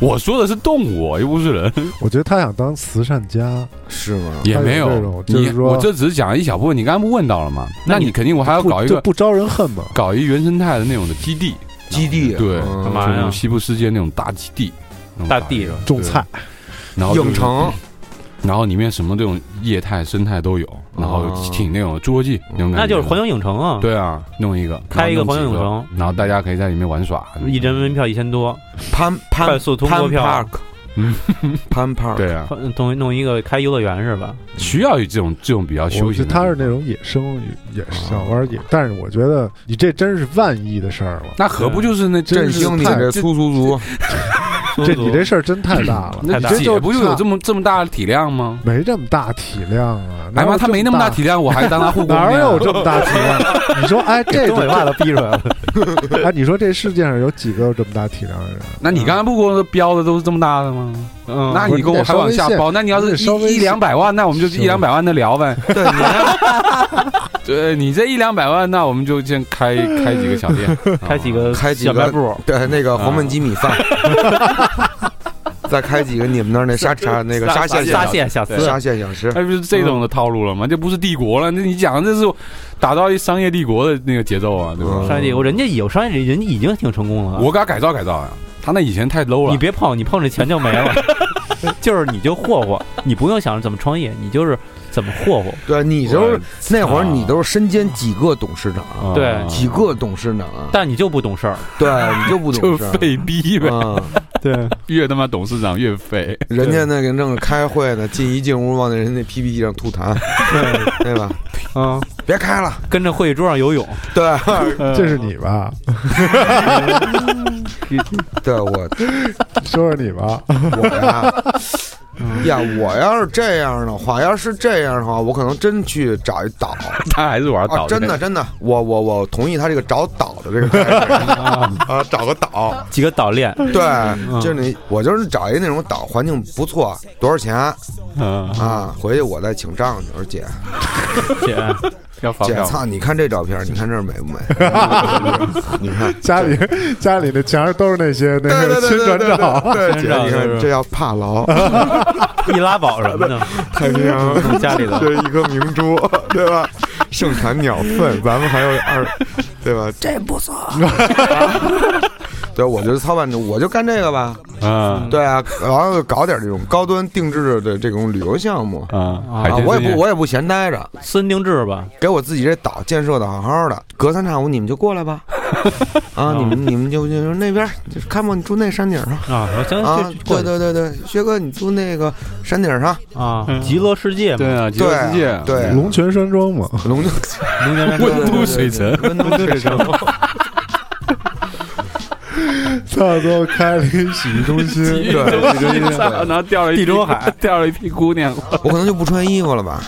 Speaker 6: 我说的是动物，又不是人，
Speaker 3: 我觉得他想当慈善家，
Speaker 4: 是吗？
Speaker 6: 也没
Speaker 3: 这
Speaker 6: 有
Speaker 3: 种。就是
Speaker 6: 你
Speaker 3: 说
Speaker 6: 我这只是讲了一小部分，你刚刚不问到了吗？
Speaker 5: 那
Speaker 6: 那
Speaker 5: 你
Speaker 6: 你肯定我还要
Speaker 3: 不
Speaker 6: 搞一
Speaker 3: 就
Speaker 6: 个
Speaker 3: 不招人恨嘛。
Speaker 6: 搞一原生态的那种的基地，
Speaker 4: 基地
Speaker 6: 对
Speaker 4: 嗯
Speaker 5: 干嘛
Speaker 6: 就
Speaker 5: 呀
Speaker 6: 是西部世界那种大基地，那种
Speaker 5: 大地上
Speaker 3: 种菜，
Speaker 6: 然后就是
Speaker 4: 影，城
Speaker 6: 然后里面什么这种业态生态都有，然后
Speaker 4: 哦
Speaker 6: 挺那种侏罗纪那种感觉，
Speaker 5: 那就是环球影城啊，
Speaker 6: 对啊，弄一个
Speaker 5: 开一个
Speaker 6: 然后
Speaker 5: 环球影
Speaker 6: 弄几个
Speaker 5: 城，
Speaker 6: 然后大家可以在里面玩耍，
Speaker 5: 一人门票一千多，
Speaker 4: 潘
Speaker 5: 快
Speaker 4: 潘
Speaker 5: 速通
Speaker 4: 潘
Speaker 5: 过票，
Speaker 4: Park，
Speaker 6: 嗯
Speaker 4: 潘 Park，
Speaker 6: 对啊，
Speaker 5: 换弄弄一个开游乐园是吧？
Speaker 6: 需要有这种这种比较休
Speaker 3: 我觉
Speaker 6: 闲
Speaker 3: 得
Speaker 6: 的。
Speaker 3: 他是那种野生，
Speaker 5: 哦
Speaker 3: 也是想玩野，但是我觉得你这真是万亿的事儿了。
Speaker 6: 那何不就是那
Speaker 4: 振
Speaker 3: 啊
Speaker 6: 真是
Speaker 4: 兴你
Speaker 6: 太
Speaker 4: 这粗俗族，
Speaker 3: 这你这事儿真太大了，
Speaker 6: 那
Speaker 3: 你
Speaker 5: 大
Speaker 3: 这
Speaker 6: 姐
Speaker 3: 就
Speaker 6: 不就有这
Speaker 3: 么
Speaker 6: 么这么大的体量吗？
Speaker 3: 没这么大体量啊？哪
Speaker 6: 哎
Speaker 3: 有
Speaker 6: 妈，他没那么大体量，我还当他护工呢
Speaker 3: 哪有这么大体量？ 你说，哎，这种
Speaker 5: 话都逼出来了，
Speaker 3: 哎，你说这世界上有几个有这么大体量的人？
Speaker 6: 那你刚才不跟我说标的都是这么大的吗？
Speaker 5: 嗯，
Speaker 6: 那
Speaker 3: 不
Speaker 6: 你
Speaker 3: 是
Speaker 6: 跟我
Speaker 3: 得
Speaker 6: 还
Speaker 3: 稍
Speaker 6: 往
Speaker 3: 微
Speaker 6: 下
Speaker 3: 限
Speaker 6: 包，那你要
Speaker 3: 你
Speaker 6: 是
Speaker 3: 得稍微
Speaker 6: 一一两百万，那我们就一两百万的 聊呗。
Speaker 4: 对，你还
Speaker 6: 对你这一两百万，那我们就先开开几个小 店，啊
Speaker 5: 开几个
Speaker 4: 开几
Speaker 5: 小卖
Speaker 4: 个
Speaker 5: 部，
Speaker 4: 对那个黄焖鸡米饭，再开几个你们那儿那沙 沙那个沙县
Speaker 5: 撒线小
Speaker 6: 对哎
Speaker 5: 厮，
Speaker 4: 沙县小吃，
Speaker 6: 那不是这种的套路了吗？这不是帝国了，那你讲的这是打造一商业帝国的那个节奏啊，对
Speaker 4: 嗯
Speaker 6: 吧？
Speaker 5: 商业帝国，人家有商业，人家已经挺成功了。
Speaker 6: 我给他改造改造呀，他那以前太 low
Speaker 5: 嗯
Speaker 6: 了。
Speaker 5: 你别碰，你碰这钱就没了。 就是你就霍霍，你不用想着怎么创业，你就是怎么霍霍。
Speaker 4: 对你就是那会儿你都是身兼几个董事长，
Speaker 6: 啊
Speaker 5: 对
Speaker 4: 几个董事长，啊
Speaker 5: 但你就不懂事儿，
Speaker 4: 对你就不
Speaker 6: 就
Speaker 4: 懂事儿。
Speaker 6: 废逼呗，
Speaker 4: 嗯，
Speaker 5: 对，
Speaker 6: 越他妈董事长越废。
Speaker 4: 人家那个正开会呢，进一进屋往那人那 PPT 上吐痰，对吧？
Speaker 5: 嗯，
Speaker 4: 别开了，
Speaker 5: 跟着会议桌上游泳，
Speaker 4: 对
Speaker 5: 嗯
Speaker 4: 呃
Speaker 3: 这是你吧？
Speaker 4: 对，我
Speaker 3: 说说你吧，
Speaker 4: 我呀，嗯呀，我要是这样的话，要是这样的话，我可能真去找一岛
Speaker 6: 他还是玩
Speaker 4: 啊！
Speaker 6: 倒
Speaker 4: 真的，真的，我我我同意他这个找岛的这个开始啊，找个岛，
Speaker 5: 几个岛 链，
Speaker 4: 对，就是你，我就是找一那种岛，环境不错，多少钱
Speaker 6: 嗯，
Speaker 4: 啊？回去我再请丈夫，我说姐，
Speaker 5: 姐，
Speaker 6: 要发
Speaker 4: 姐，
Speaker 6: 票。
Speaker 4: 操，你看这照片，你看这儿美不美？ 你看。
Speaker 3: 家里家里的墙上都是那些那
Speaker 4: 对对
Speaker 3: 个
Speaker 4: 对
Speaker 3: 宣
Speaker 4: 对
Speaker 3: 传
Speaker 4: 对
Speaker 3: 照，
Speaker 4: 对，
Speaker 5: 宣
Speaker 4: 姐，
Speaker 5: 传
Speaker 4: 你
Speaker 5: 是不
Speaker 4: 看
Speaker 5: 是
Speaker 4: 这叫帕劳，
Speaker 5: 易拉宝什么的，
Speaker 4: 太平洋
Speaker 5: 家里的
Speaker 4: 这一颗明珠，对吧？盛产鸟粪，咱们还有二，对吧？这不错。对，我就操办，我就干这个吧。
Speaker 6: 嗯
Speaker 4: 对啊，然后搞点这种高端定制的这种旅游项目
Speaker 6: 嗯，海
Speaker 3: 哎
Speaker 4: 啊，
Speaker 6: 天
Speaker 4: 我也
Speaker 6: 盛宴
Speaker 4: 不我也不闲待着，
Speaker 5: 私人定制吧，
Speaker 4: 给我自己这岛建设的好好的，隔三差五你们就过 来吧。啊，你们你们就就就那边，就是看吧，你住那山顶上
Speaker 5: 啊，
Speaker 3: 哎
Speaker 5: 行，
Speaker 4: 啊
Speaker 5: 这，过
Speaker 4: 对
Speaker 5: 去
Speaker 4: 对对对，薛哥你住那个山顶上，
Speaker 5: 啊，极乐世界嘛，
Speaker 6: 对啊，
Speaker 4: 嗯
Speaker 6: 极
Speaker 4: 对
Speaker 6: 乐世界，
Speaker 4: 对，
Speaker 3: 龙泉山庄嘛，
Speaker 4: 龙
Speaker 5: 能源
Speaker 4: 对
Speaker 6: 温
Speaker 4: 对
Speaker 6: 度
Speaker 4: 对
Speaker 6: 水城，
Speaker 4: 温度水城，
Speaker 3: 到最后开了一个洗浴中心，
Speaker 4: 对，对对对
Speaker 6: 然后掉了一地中海， 掉了一屁 姑娘，
Speaker 4: 我可能就不穿衣服了吧，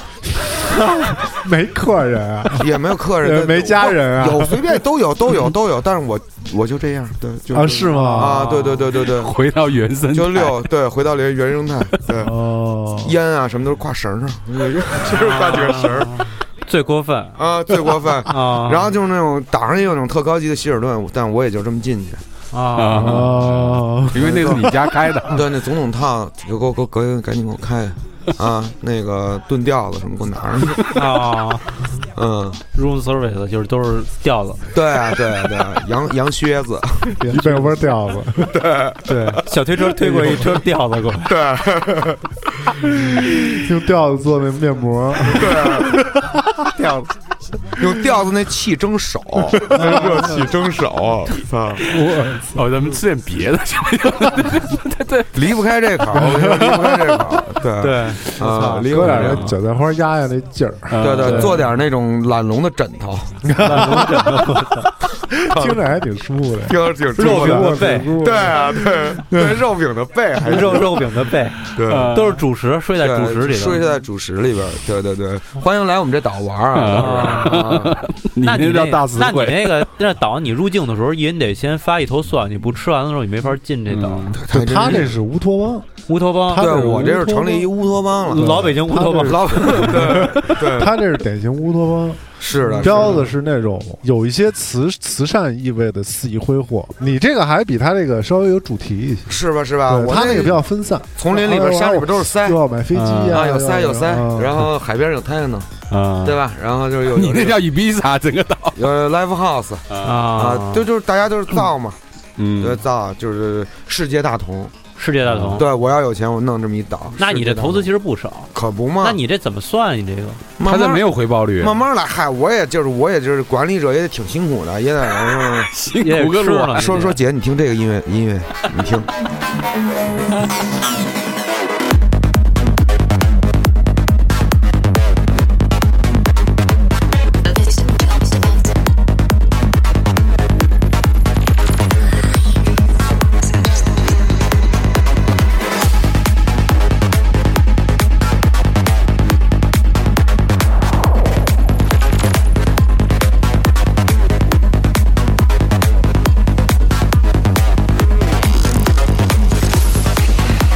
Speaker 3: 没客人啊，
Speaker 4: 也没有客
Speaker 3: 也
Speaker 4: 人，
Speaker 3: 没家人啊，
Speaker 4: 有随便都有都有都有，但是我我就这样，对，就
Speaker 3: 啊是吗？
Speaker 4: 啊，对对对对对，
Speaker 6: 回到原生态啊
Speaker 4: 就六对，回到原原生态，对，
Speaker 3: 哦，
Speaker 4: 烟啊什么都是挂绳上，就是挂几个绳儿
Speaker 5: 最过分
Speaker 4: 啊，最过分。
Speaker 5: 啊，
Speaker 4: 然后就是那种岛上也有那种特高级的希尔顿，但我也就这么进去。
Speaker 5: 啊，
Speaker 6: 啊，
Speaker 3: 哦，
Speaker 6: 因为那是你家开的，
Speaker 4: 对，那总统套就给我给我赶紧赶紧给我开啊，那个炖吊子什么给我拿上去。
Speaker 5: 啊
Speaker 4: 嗯，
Speaker 5: ，room service 就是都是调子，
Speaker 4: 对啊对啊对啊，羊羊靴子，
Speaker 3: 一被窝掉了，
Speaker 5: 对，小推车推过一车调子过来，
Speaker 3: 用吊子做那面膜，
Speaker 4: 吊子，用吊子那气蒸手，
Speaker 6: 热气蒸手，操！我哦，咱们吃点别的行不行？
Speaker 4: 离不开这口儿，我跟你说离不开这口儿，对
Speaker 5: 对，
Speaker 4: 啊，离不
Speaker 3: 搁
Speaker 4: 开
Speaker 3: 点
Speaker 4: 这
Speaker 3: 那韭菜
Speaker 4: 口儿。
Speaker 3: 花压压那劲儿，
Speaker 4: 对对，做点那种懒龙的枕头，
Speaker 3: 听着还挺舒服的。
Speaker 4: 挺挺
Speaker 5: 肉饼的背，
Speaker 3: 对
Speaker 4: 对啊，对对，肉饼的背还
Speaker 5: 肉肉饼的背，
Speaker 4: 对
Speaker 5: 都是主食，睡在
Speaker 4: 对
Speaker 5: 主食里头
Speaker 4: 睡在主食里边儿，对对 对，欢迎来我们这岛玩儿啊！到时候啊
Speaker 6: 你
Speaker 5: 那你
Speaker 6: 叫
Speaker 5: 那
Speaker 6: 大词
Speaker 5: 那你
Speaker 6: 汇，
Speaker 5: 那个那岛，你入境的时候，一人得先发一头蒜，你不吃完的时候，你没法进这岛。
Speaker 4: 嗯啊
Speaker 3: 就他这是乌托邦，
Speaker 5: 乌托邦，
Speaker 3: 他
Speaker 4: 对
Speaker 3: 这是
Speaker 4: 我这是
Speaker 3: 乌托
Speaker 4: 成立
Speaker 3: 邦
Speaker 4: 一乌托邦了，
Speaker 5: 老北京乌托邦，
Speaker 4: 老对 对
Speaker 3: 他这是典型乌托邦。
Speaker 4: 是的，
Speaker 3: 彪
Speaker 4: 是的
Speaker 3: 子是那种有一些慈慈善意味的肆意挥霍，你这个还比他这个稍微有主题一些。
Speaker 4: 是吧是吧？
Speaker 3: 对
Speaker 4: 啊我
Speaker 3: 他那个比较分散，啊
Speaker 4: 丛林里边山里边都是塞
Speaker 3: 又。要买飞机
Speaker 4: 啊，
Speaker 3: 呀，
Speaker 4: 有塞有塞，然
Speaker 3: 后
Speaker 4: 后海边有太阳能，
Speaker 6: 嗯
Speaker 4: 对吧？然后就是有
Speaker 6: 你那
Speaker 4: 有
Speaker 6: 叫伊比萨整个岛，
Speaker 4: 有 live house 啊
Speaker 5: 啊，，
Speaker 4: 就就是大家都是造嘛，就是
Speaker 6: 嗯，
Speaker 4: 造就是世界大同。
Speaker 5: 世界大同。
Speaker 4: 对，我要有钱，我弄这么一岛。
Speaker 5: 哦那你
Speaker 4: 世界
Speaker 5: 这
Speaker 4: 大
Speaker 5: 投
Speaker 4: 同啊
Speaker 5: 资其实不少，
Speaker 4: 可不嘛？
Speaker 5: 那你这怎么算？你这个
Speaker 6: 他
Speaker 4: 慢
Speaker 6: 这
Speaker 4: 慢
Speaker 6: 没有回报率，
Speaker 4: 慢慢来，嗨，我也就是我也就是管理者也得挺辛苦的，也得嗯
Speaker 6: 辛
Speaker 5: 也
Speaker 6: 苦
Speaker 5: 得
Speaker 6: 个
Speaker 5: 吃
Speaker 6: 路，啊
Speaker 5: 了。
Speaker 4: 啊说说姐，你听这个音乐音乐，你听，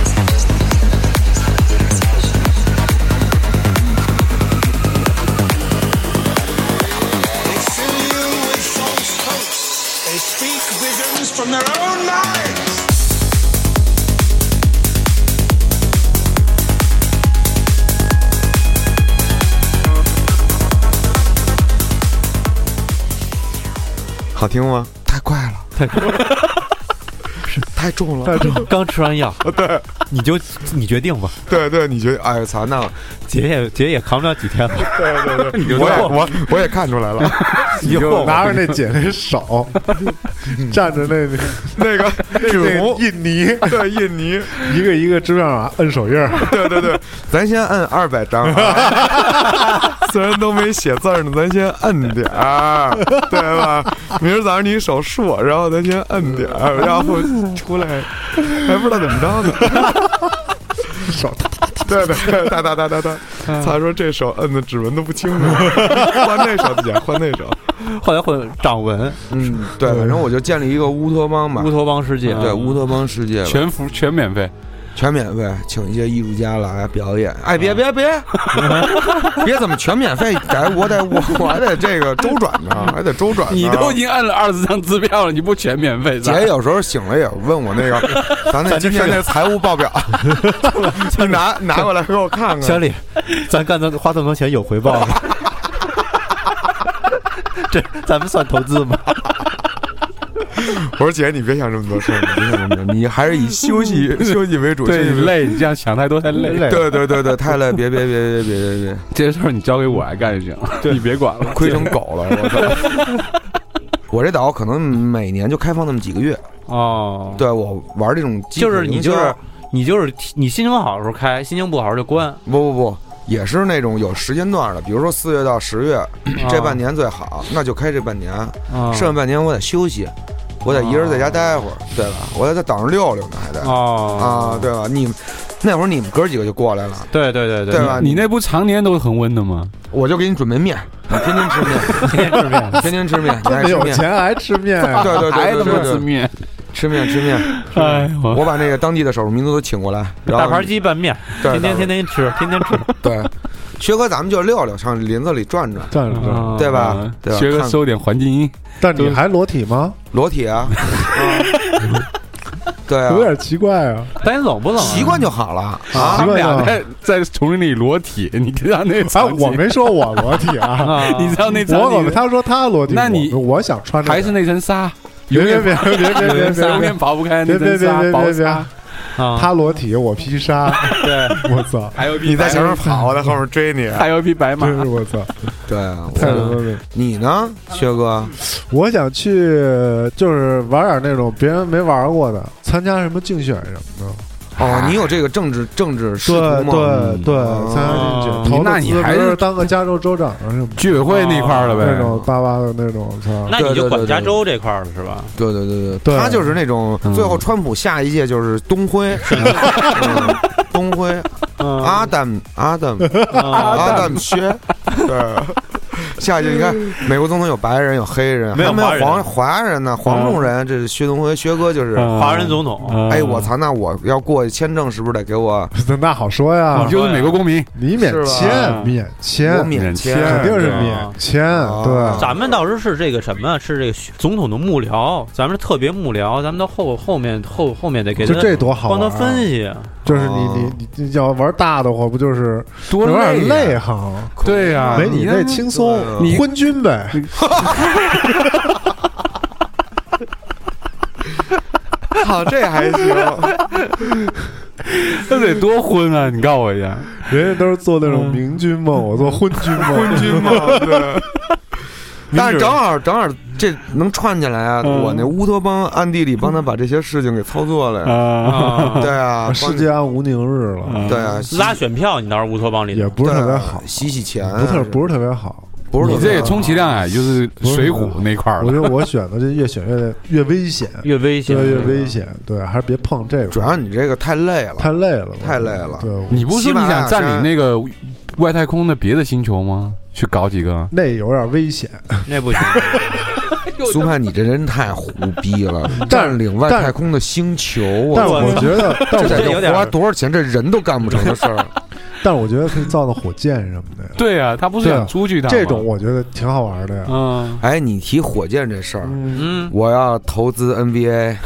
Speaker 8: Thank
Speaker 4: 好听吗？ 太怪了，太 太重了。
Speaker 3: 但是
Speaker 5: 刚吃完药，对，你就你决定吧，
Speaker 4: 对对，你觉得？哎呦操，那
Speaker 5: 姐也姐也扛不了几天 了，
Speaker 4: 我也我我也看出来了，
Speaker 5: 你就
Speaker 3: 拿着那姐那手，蘸着 那
Speaker 4: 那个纸
Speaker 3: 那
Speaker 4: 糊
Speaker 3: 印 尼，
Speaker 4: 对印尼，
Speaker 3: 一个一个支票上摁手印儿，
Speaker 4: 对对对，咱先摁二百张、啊， 虽然都没写字儿呢，咱先摁点儿， 对吧？明儿早上你手硕，然后咱先摁点儿，然后出来还不知道怎么着呢。
Speaker 3: 手
Speaker 4: 对对，哒哒哒哒哒，他说这手摁的指纹都不清楚， 换那手姐，换那手。
Speaker 5: 后来会掌纹
Speaker 4: 嗯，对，反正我就建立一个乌托邦吧
Speaker 5: 乌，托邦世界，
Speaker 4: 嗯
Speaker 5: 嗯
Speaker 4: 对乌托邦世界吧，
Speaker 6: 全服全免费，
Speaker 4: 全免费，请一些艺术家来表演。哎，
Speaker 6: 啊
Speaker 4: 别别别， 别怎么全免费？得我得我我还得这个周转 呢，还得周转呢。
Speaker 6: 你都已经按了二十张支票了，你不全免费？
Speaker 4: 姐有时候醒了也问我 那个，咱那今天那财务报表，你拿拿过来给我看
Speaker 5: 小
Speaker 4: 看。
Speaker 5: 李，咱干这花这么多钱有回报吗？ 这咱们算投资吗？
Speaker 4: 我说姐，你别想这么多事儿，你别想这么多，你还是 以休息休息为主。休息
Speaker 6: 对
Speaker 4: 为
Speaker 6: 你
Speaker 4: 主。
Speaker 6: 累，你这样想太多太累。
Speaker 3: 累，
Speaker 4: 对对对对，太累，别别别别别别别，
Speaker 6: 这些事儿你交给我来干就行了，你别管了。
Speaker 4: 亏成狗了，我操！ 我这岛可能每年就开放那么几个月，
Speaker 5: 哦，
Speaker 4: 对我玩这种基础
Speaker 5: 就是你
Speaker 4: 营销
Speaker 5: 就是你就是你心情好的时候开，心情不好的时候就关。
Speaker 4: 不不不，也是那种有时间段的，比如说四月到十月、这半年最好，那就开这半年，
Speaker 5: 啊
Speaker 4: 剩下半年我得休息，我得一人在家待会儿，对吧？我得在岛上溜溜呢，还得、
Speaker 5: 哦
Speaker 4: 啊，对吧？你们那会儿你们哥几个就过来了，
Speaker 5: 对对对对
Speaker 4: 对吧？
Speaker 6: 你那不常年都是恒温的吗？
Speaker 4: 我就给你准备面，你天天吃 面，
Speaker 5: 天天吃 面，
Speaker 4: 天天吃面，你爱
Speaker 3: 没
Speaker 4: 吃
Speaker 3: 有
Speaker 4: 面，
Speaker 3: 钱还吃面啊，
Speaker 4: 哎 对对
Speaker 6: 还
Speaker 4: 对
Speaker 6: 他
Speaker 4: 对
Speaker 6: 妈
Speaker 4: 对对，
Speaker 6: 吃面？
Speaker 4: 吃面吃面，
Speaker 6: 哎呦，
Speaker 4: 我把那个当地的少数民族都请过来， 然后
Speaker 5: 大盘鸡拌面，
Speaker 4: 对
Speaker 5: 天天天天吃，天天吃，
Speaker 4: 对，薛哥咱们就溜溜，上林子里转转，
Speaker 3: 站着站着。
Speaker 5: 啊嗯
Speaker 4: 对吧？对吧？
Speaker 6: 啊学
Speaker 4: 看
Speaker 6: 个
Speaker 4: 看
Speaker 6: 收点环境音，
Speaker 3: 但你还裸体吗？
Speaker 4: 裸体啊，对啊，
Speaker 3: 有点奇怪啊，
Speaker 5: 但你冷不冷啊？
Speaker 4: 习惯就好了
Speaker 3: 奇
Speaker 4: 啊。
Speaker 3: 怪
Speaker 6: 俩
Speaker 3: 啊！
Speaker 6: 在在丛林里裸体，你知道那
Speaker 3: 哎，
Speaker 6: 场景
Speaker 3: 我没说我裸体啊，
Speaker 5: 啊，
Speaker 6: 你知道那
Speaker 3: 我
Speaker 6: 场
Speaker 3: 怎么
Speaker 6: 景
Speaker 3: 他说他裸体，
Speaker 6: 那你
Speaker 3: 我我想穿着
Speaker 6: 还是那层纱，
Speaker 3: 别
Speaker 6: 永
Speaker 3: 别
Speaker 6: 远
Speaker 3: 别别别别 别
Speaker 6: 永远刨不开
Speaker 3: 别
Speaker 6: 那
Speaker 3: 别
Speaker 6: 层
Speaker 3: 别
Speaker 6: 纱
Speaker 3: 别
Speaker 6: 薄
Speaker 3: 别别
Speaker 6: 纱。！
Speaker 5: 啊，
Speaker 3: 他裸体，我披纱，
Speaker 5: 对，
Speaker 3: 我操！
Speaker 6: 还有
Speaker 4: 你在前面跑，啊我在后面追 你。
Speaker 6: 还有一匹白马
Speaker 3: 真，是我 操，
Speaker 4: 对啊，
Speaker 3: 太他妈
Speaker 4: 我
Speaker 3: 的！
Speaker 4: 你呢，薛哥？哦
Speaker 3: 我想去，就是玩点那种别人没玩过的，参加什么竞选什么
Speaker 4: 哦，你有这个政治政治仕
Speaker 3: 的。
Speaker 4: 途吗？
Speaker 3: 对对
Speaker 4: 嗯
Speaker 3: 对，参加竞
Speaker 5: 哦
Speaker 3: 选，投
Speaker 6: 那
Speaker 3: 个
Speaker 6: 你
Speaker 3: 资，
Speaker 6: 还
Speaker 3: 比如
Speaker 6: 是
Speaker 3: 说当个加州州长啊什么
Speaker 6: 居委会那块儿了
Speaker 3: 那
Speaker 6: 呗。
Speaker 3: 种巴巴的那种，操！
Speaker 5: 哦那你就管加州这块儿了是吧？
Speaker 4: 对对对对，
Speaker 3: 对
Speaker 4: 他就是那种
Speaker 6: 嗯
Speaker 4: 最后川普下一届就是东辉，嗯东辉阿
Speaker 5: 啊，
Speaker 4: 蛋阿蛋
Speaker 5: 嗯
Speaker 4: 阿蛋薛，对。下去，你看，美国总统有白人，有黑人，
Speaker 5: 没有
Speaker 4: 还没有
Speaker 5: 华人
Speaker 4: 黄华人呢，黄种人，这是薛东辉，薛哥就是，
Speaker 6: 嗯
Speaker 5: 华人总统，
Speaker 6: 嗯
Speaker 4: 哎，我操，那我要过去签证是不是得给我
Speaker 3: 那好说呀
Speaker 6: 你，哦就是美国公民，
Speaker 3: 你免
Speaker 4: 是吧
Speaker 3: 签免
Speaker 4: 我
Speaker 3: 签，
Speaker 4: 免
Speaker 6: 免
Speaker 4: 签？
Speaker 3: 肯定是
Speaker 5: 对啊
Speaker 3: 免签，
Speaker 4: 啊
Speaker 6: 哦
Speaker 3: 对。
Speaker 5: 咱们到时候是这个什么？是这个总统的幕僚，咱们是特别幕僚，咱们到后后面后后面得给他
Speaker 3: 就这多好
Speaker 5: 帮
Speaker 3: 玩
Speaker 5: 他
Speaker 3: 啊！
Speaker 5: 分析。
Speaker 3: 就是你你你你要玩大的话，不就是
Speaker 6: 多
Speaker 3: 有点
Speaker 6: 累
Speaker 3: 内
Speaker 6: 啊。
Speaker 3: 行，
Speaker 6: 对呀，
Speaker 3: 没你那轻松
Speaker 4: 对啊，
Speaker 6: 你
Speaker 3: 昏君呗，
Speaker 4: 操，这还 行。
Speaker 6: 那得多昏啊！你告诉我一下，
Speaker 3: 人家都是做那
Speaker 6: 嗯
Speaker 3: 种明君梦，我做昏君梦，昏君梦，
Speaker 4: 但是正好正好这能串起来啊！
Speaker 6: 嗯
Speaker 4: 我那乌托邦暗地里帮他把这些事情给操作了呀。
Speaker 3: 嗯
Speaker 6: 啊，
Speaker 4: 对啊，
Speaker 3: 世界暗无宁日了，
Speaker 4: 帮对啊，
Speaker 5: 嗯拉选票，你到时候乌托邦里
Speaker 3: 也
Speaker 5: 头
Speaker 3: 不是特别好
Speaker 4: 对啊，洗洗钱啊，
Speaker 3: 不特不是特别好。
Speaker 4: 不是
Speaker 6: 你
Speaker 4: 特别
Speaker 6: 这
Speaker 4: 好
Speaker 6: 充其量啊，就是水浒那块儿
Speaker 3: 我觉
Speaker 6: 了。
Speaker 3: 得我选的这越选越越危险，
Speaker 5: 越危险嗯
Speaker 3: 越越危险，对，还是别碰这
Speaker 4: 主
Speaker 3: 个，
Speaker 4: 要你这个太累了，
Speaker 3: 太累了，
Speaker 4: 太累了
Speaker 3: 对，
Speaker 6: 你不是说
Speaker 4: 喜马
Speaker 6: 你
Speaker 4: 拉雅
Speaker 6: 想占领那个外太空的别的星球吗？去搞几个？
Speaker 3: 那有点危险，
Speaker 5: 那不行。
Speaker 4: 苏派，你这人太虎 逼了！占领外太空的星球，
Speaker 3: 但是
Speaker 4: 我
Speaker 3: 我觉得，但我
Speaker 4: 这
Speaker 5: 这
Speaker 4: 得
Speaker 5: 有
Speaker 4: 就
Speaker 5: 点
Speaker 4: 花多少钱？这人都干不成的事儿。
Speaker 3: 但我觉得可以造造火箭什么的呀，
Speaker 6: 对啊，他不是
Speaker 3: 对啊
Speaker 6: 想出去的吗
Speaker 3: 这种我觉得挺好玩的呀。
Speaker 6: 嗯，
Speaker 4: 哎，你提火箭这事儿，
Speaker 5: 嗯，
Speaker 4: 我要投资 NBA。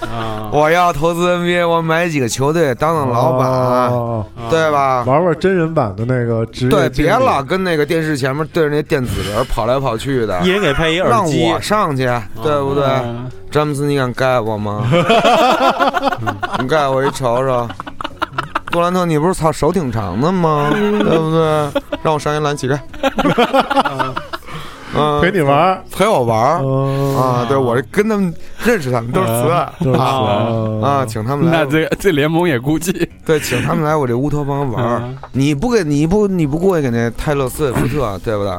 Speaker 5: 啊
Speaker 4: 我要投资 NBA，我买几个球队当当嗯老板，啊
Speaker 3: 哦
Speaker 4: 对
Speaker 5: 啊
Speaker 4: 吧？
Speaker 3: 玩玩真人版的那个职业经
Speaker 4: 对，
Speaker 3: 理，
Speaker 4: 别老跟那个电视前面对着那电子人跑来跑去的
Speaker 5: 一，人给配一耳
Speaker 4: 让
Speaker 5: 机，哦
Speaker 4: 我上去，对不对？
Speaker 5: 嗯
Speaker 4: 詹姆斯，你敢盖 我吗？你盖我一瞅瞅。杜兰特，你不是操手挺长 的吗？对不对？让我上一篮乞丐，
Speaker 5: 哦
Speaker 4: 嗯，
Speaker 3: 陪你玩儿，
Speaker 4: 陪我玩儿
Speaker 3: 嗯
Speaker 4: 啊！对我跟他们认识他们都是慈爱
Speaker 3: 都是
Speaker 4: 啊
Speaker 3: 啊
Speaker 4: 啊，请他们来
Speaker 6: 那这这联盟也估计
Speaker 4: 对，请他们来我这乌托邦玩儿
Speaker 5: 嗯。
Speaker 4: 你不给你不你不过去给那泰勒斯威夫特，对不对？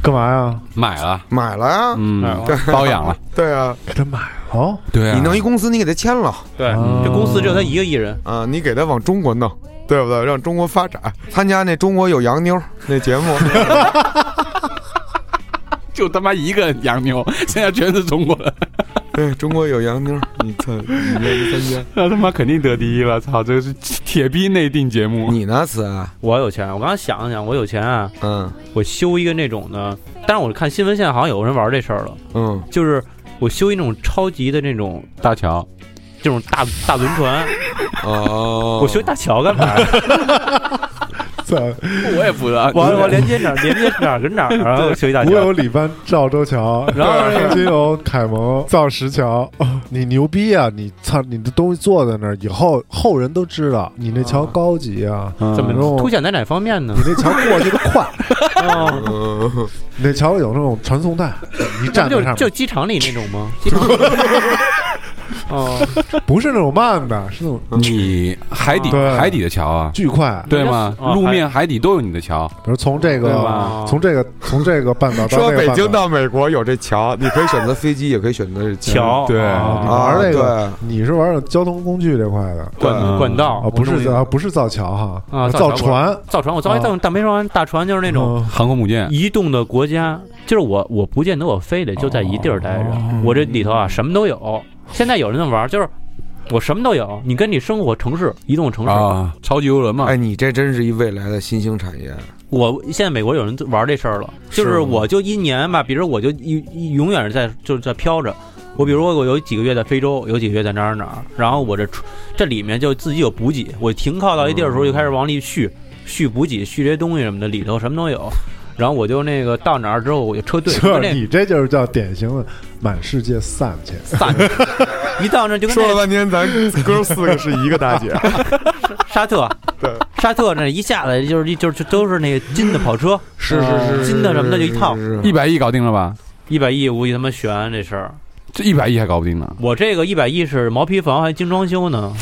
Speaker 3: 干嘛呀？
Speaker 6: 买 了，
Speaker 4: 买了呀，
Speaker 6: 嗯
Speaker 5: 买了，
Speaker 6: 包养了，
Speaker 4: 对啊，
Speaker 3: 给他买了，
Speaker 6: 对啊
Speaker 4: 你弄一公司，你给他签了。
Speaker 5: 对
Speaker 3: 哦，
Speaker 5: 这公司只有他一个艺人，
Speaker 4: 啊，你给他往中国弄，对不对？让中国发展，参加那中国有洋妞儿那节目，
Speaker 6: 就他妈一个洋妞，现在全是中国人，
Speaker 4: 对，中国有洋妞儿，你参你愿意参加？
Speaker 6: 那他妈肯定得第一了，操，这是铁逼内定节 目，
Speaker 4: 你呢，慈爱？
Speaker 5: 我有钱。我刚想了想，我有钱啊，
Speaker 4: 嗯
Speaker 5: 我修一个那种的，但是我看新闻现在好像有人玩这事儿了，
Speaker 4: 嗯，
Speaker 5: 就是我修一那种超级的那种
Speaker 6: 大乔，
Speaker 5: 这种大大轮船，
Speaker 4: 哦，
Speaker 5: 我修一大桥干嘛？
Speaker 3: 哦在
Speaker 6: 我也不知道，
Speaker 5: 我我连接哪儿连接哪儿跟哪儿啊？我修一大
Speaker 3: 我
Speaker 5: 桥。
Speaker 3: 有李帆、赵州 桥，然后金有凯蒙、造石桥。哦你牛逼啊！你操，你的东西坐在那儿，以后后人都知道你那桥高级啊！
Speaker 6: 嗯
Speaker 5: 怎么
Speaker 3: 你说
Speaker 5: 凸显在哪方面呢
Speaker 3: 你？那桥过去的快，
Speaker 5: 哦，
Speaker 4: 嗯，
Speaker 3: 你那桥有那种传送带，你
Speaker 5: 这不
Speaker 3: 站在
Speaker 5: 就
Speaker 3: 上
Speaker 5: 就
Speaker 3: 面
Speaker 5: 机场里那种吗？机场 里哦，
Speaker 3: 不是那种慢的，是那种
Speaker 4: 嗯
Speaker 6: 你海底
Speaker 3: 对
Speaker 6: 海底的桥啊，
Speaker 3: 巨快。
Speaker 6: 对吗？
Speaker 5: 哦
Speaker 6: 路面海底都有你的桥，
Speaker 3: 比如从这
Speaker 6: 对
Speaker 3: 个
Speaker 6: 吧
Speaker 3: 从这个从这个半岛到
Speaker 4: 说
Speaker 3: 那个
Speaker 4: 北
Speaker 3: 半
Speaker 4: 京
Speaker 3: 岛，
Speaker 4: 到美国有这桥，你可以选择飞机，也可以选择这
Speaker 5: 桥
Speaker 6: 对
Speaker 3: 你
Speaker 5: 哦
Speaker 3: 玩
Speaker 4: 啊，
Speaker 3: 那
Speaker 4: 对
Speaker 3: 个你是玩的交通工具这块的
Speaker 5: 管管道
Speaker 3: 啊，不是
Speaker 5: 造
Speaker 3: 啊不是造桥哈，
Speaker 5: 啊
Speaker 3: 造
Speaker 5: 造
Speaker 3: 船啊
Speaker 5: 造船，我造一大大飞船，大船就是那种
Speaker 3: 嗯
Speaker 6: 航空母舰，
Speaker 5: 移动的国家，就是我我不见得我非得就在一地儿待着
Speaker 3: 哦，
Speaker 5: 我这里头啊什么都有。现在有人那么玩，就是我什么都有，你跟你生活城市移动城市，
Speaker 6: 啊，超级游轮嘛
Speaker 4: 哎，，你这真是一未来的新兴产业，
Speaker 5: 我现在美国有人玩这事儿了，就是是
Speaker 4: 吗
Speaker 5: 我就一年吧，比如我就一一永远是在就是在飘着。我比如说我有几个月在非洲，有几个月在哪儿哪儿，然后我这出这里面就自己有补给，我停靠到一地儿的时候就开始往里续续补给，续这些东西什么的，里头什么都有。然后我就那个到哪儿之后我就车队，就
Speaker 3: 这
Speaker 5: 跟那
Speaker 3: 你这就是叫典型的满世界散 去。
Speaker 5: 散，一到那儿就 跟
Speaker 4: 说了
Speaker 5: 那
Speaker 4: 半天咱哥四个是一 个大姐，
Speaker 5: 沙特，
Speaker 4: 对，
Speaker 5: 沙特那一下子就是一就是就都是那个金的跑车，
Speaker 4: 是
Speaker 3: 哦
Speaker 4: 是是，
Speaker 5: 金的什么的就一套
Speaker 4: 是，是是
Speaker 6: 一百亿搞定了吧？
Speaker 5: 一百亿无一他妈悬这事儿。
Speaker 6: 这一百亿还搞不定呢，
Speaker 5: 我这个一百亿是毛坯房还精装修 呢，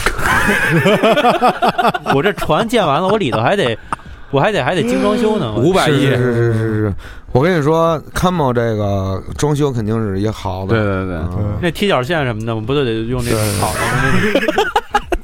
Speaker 5: 我这船建完了，我里头还得，我还得还得精装修呢。
Speaker 6: 五百亿，
Speaker 4: 是是是是是，我跟你说，Camo 这个装修肯定是一个好
Speaker 6: 对
Speaker 4: 的，
Speaker 6: 对对，
Speaker 4: 嗯
Speaker 5: 那踢脚线什么的，我们不都得用那个好的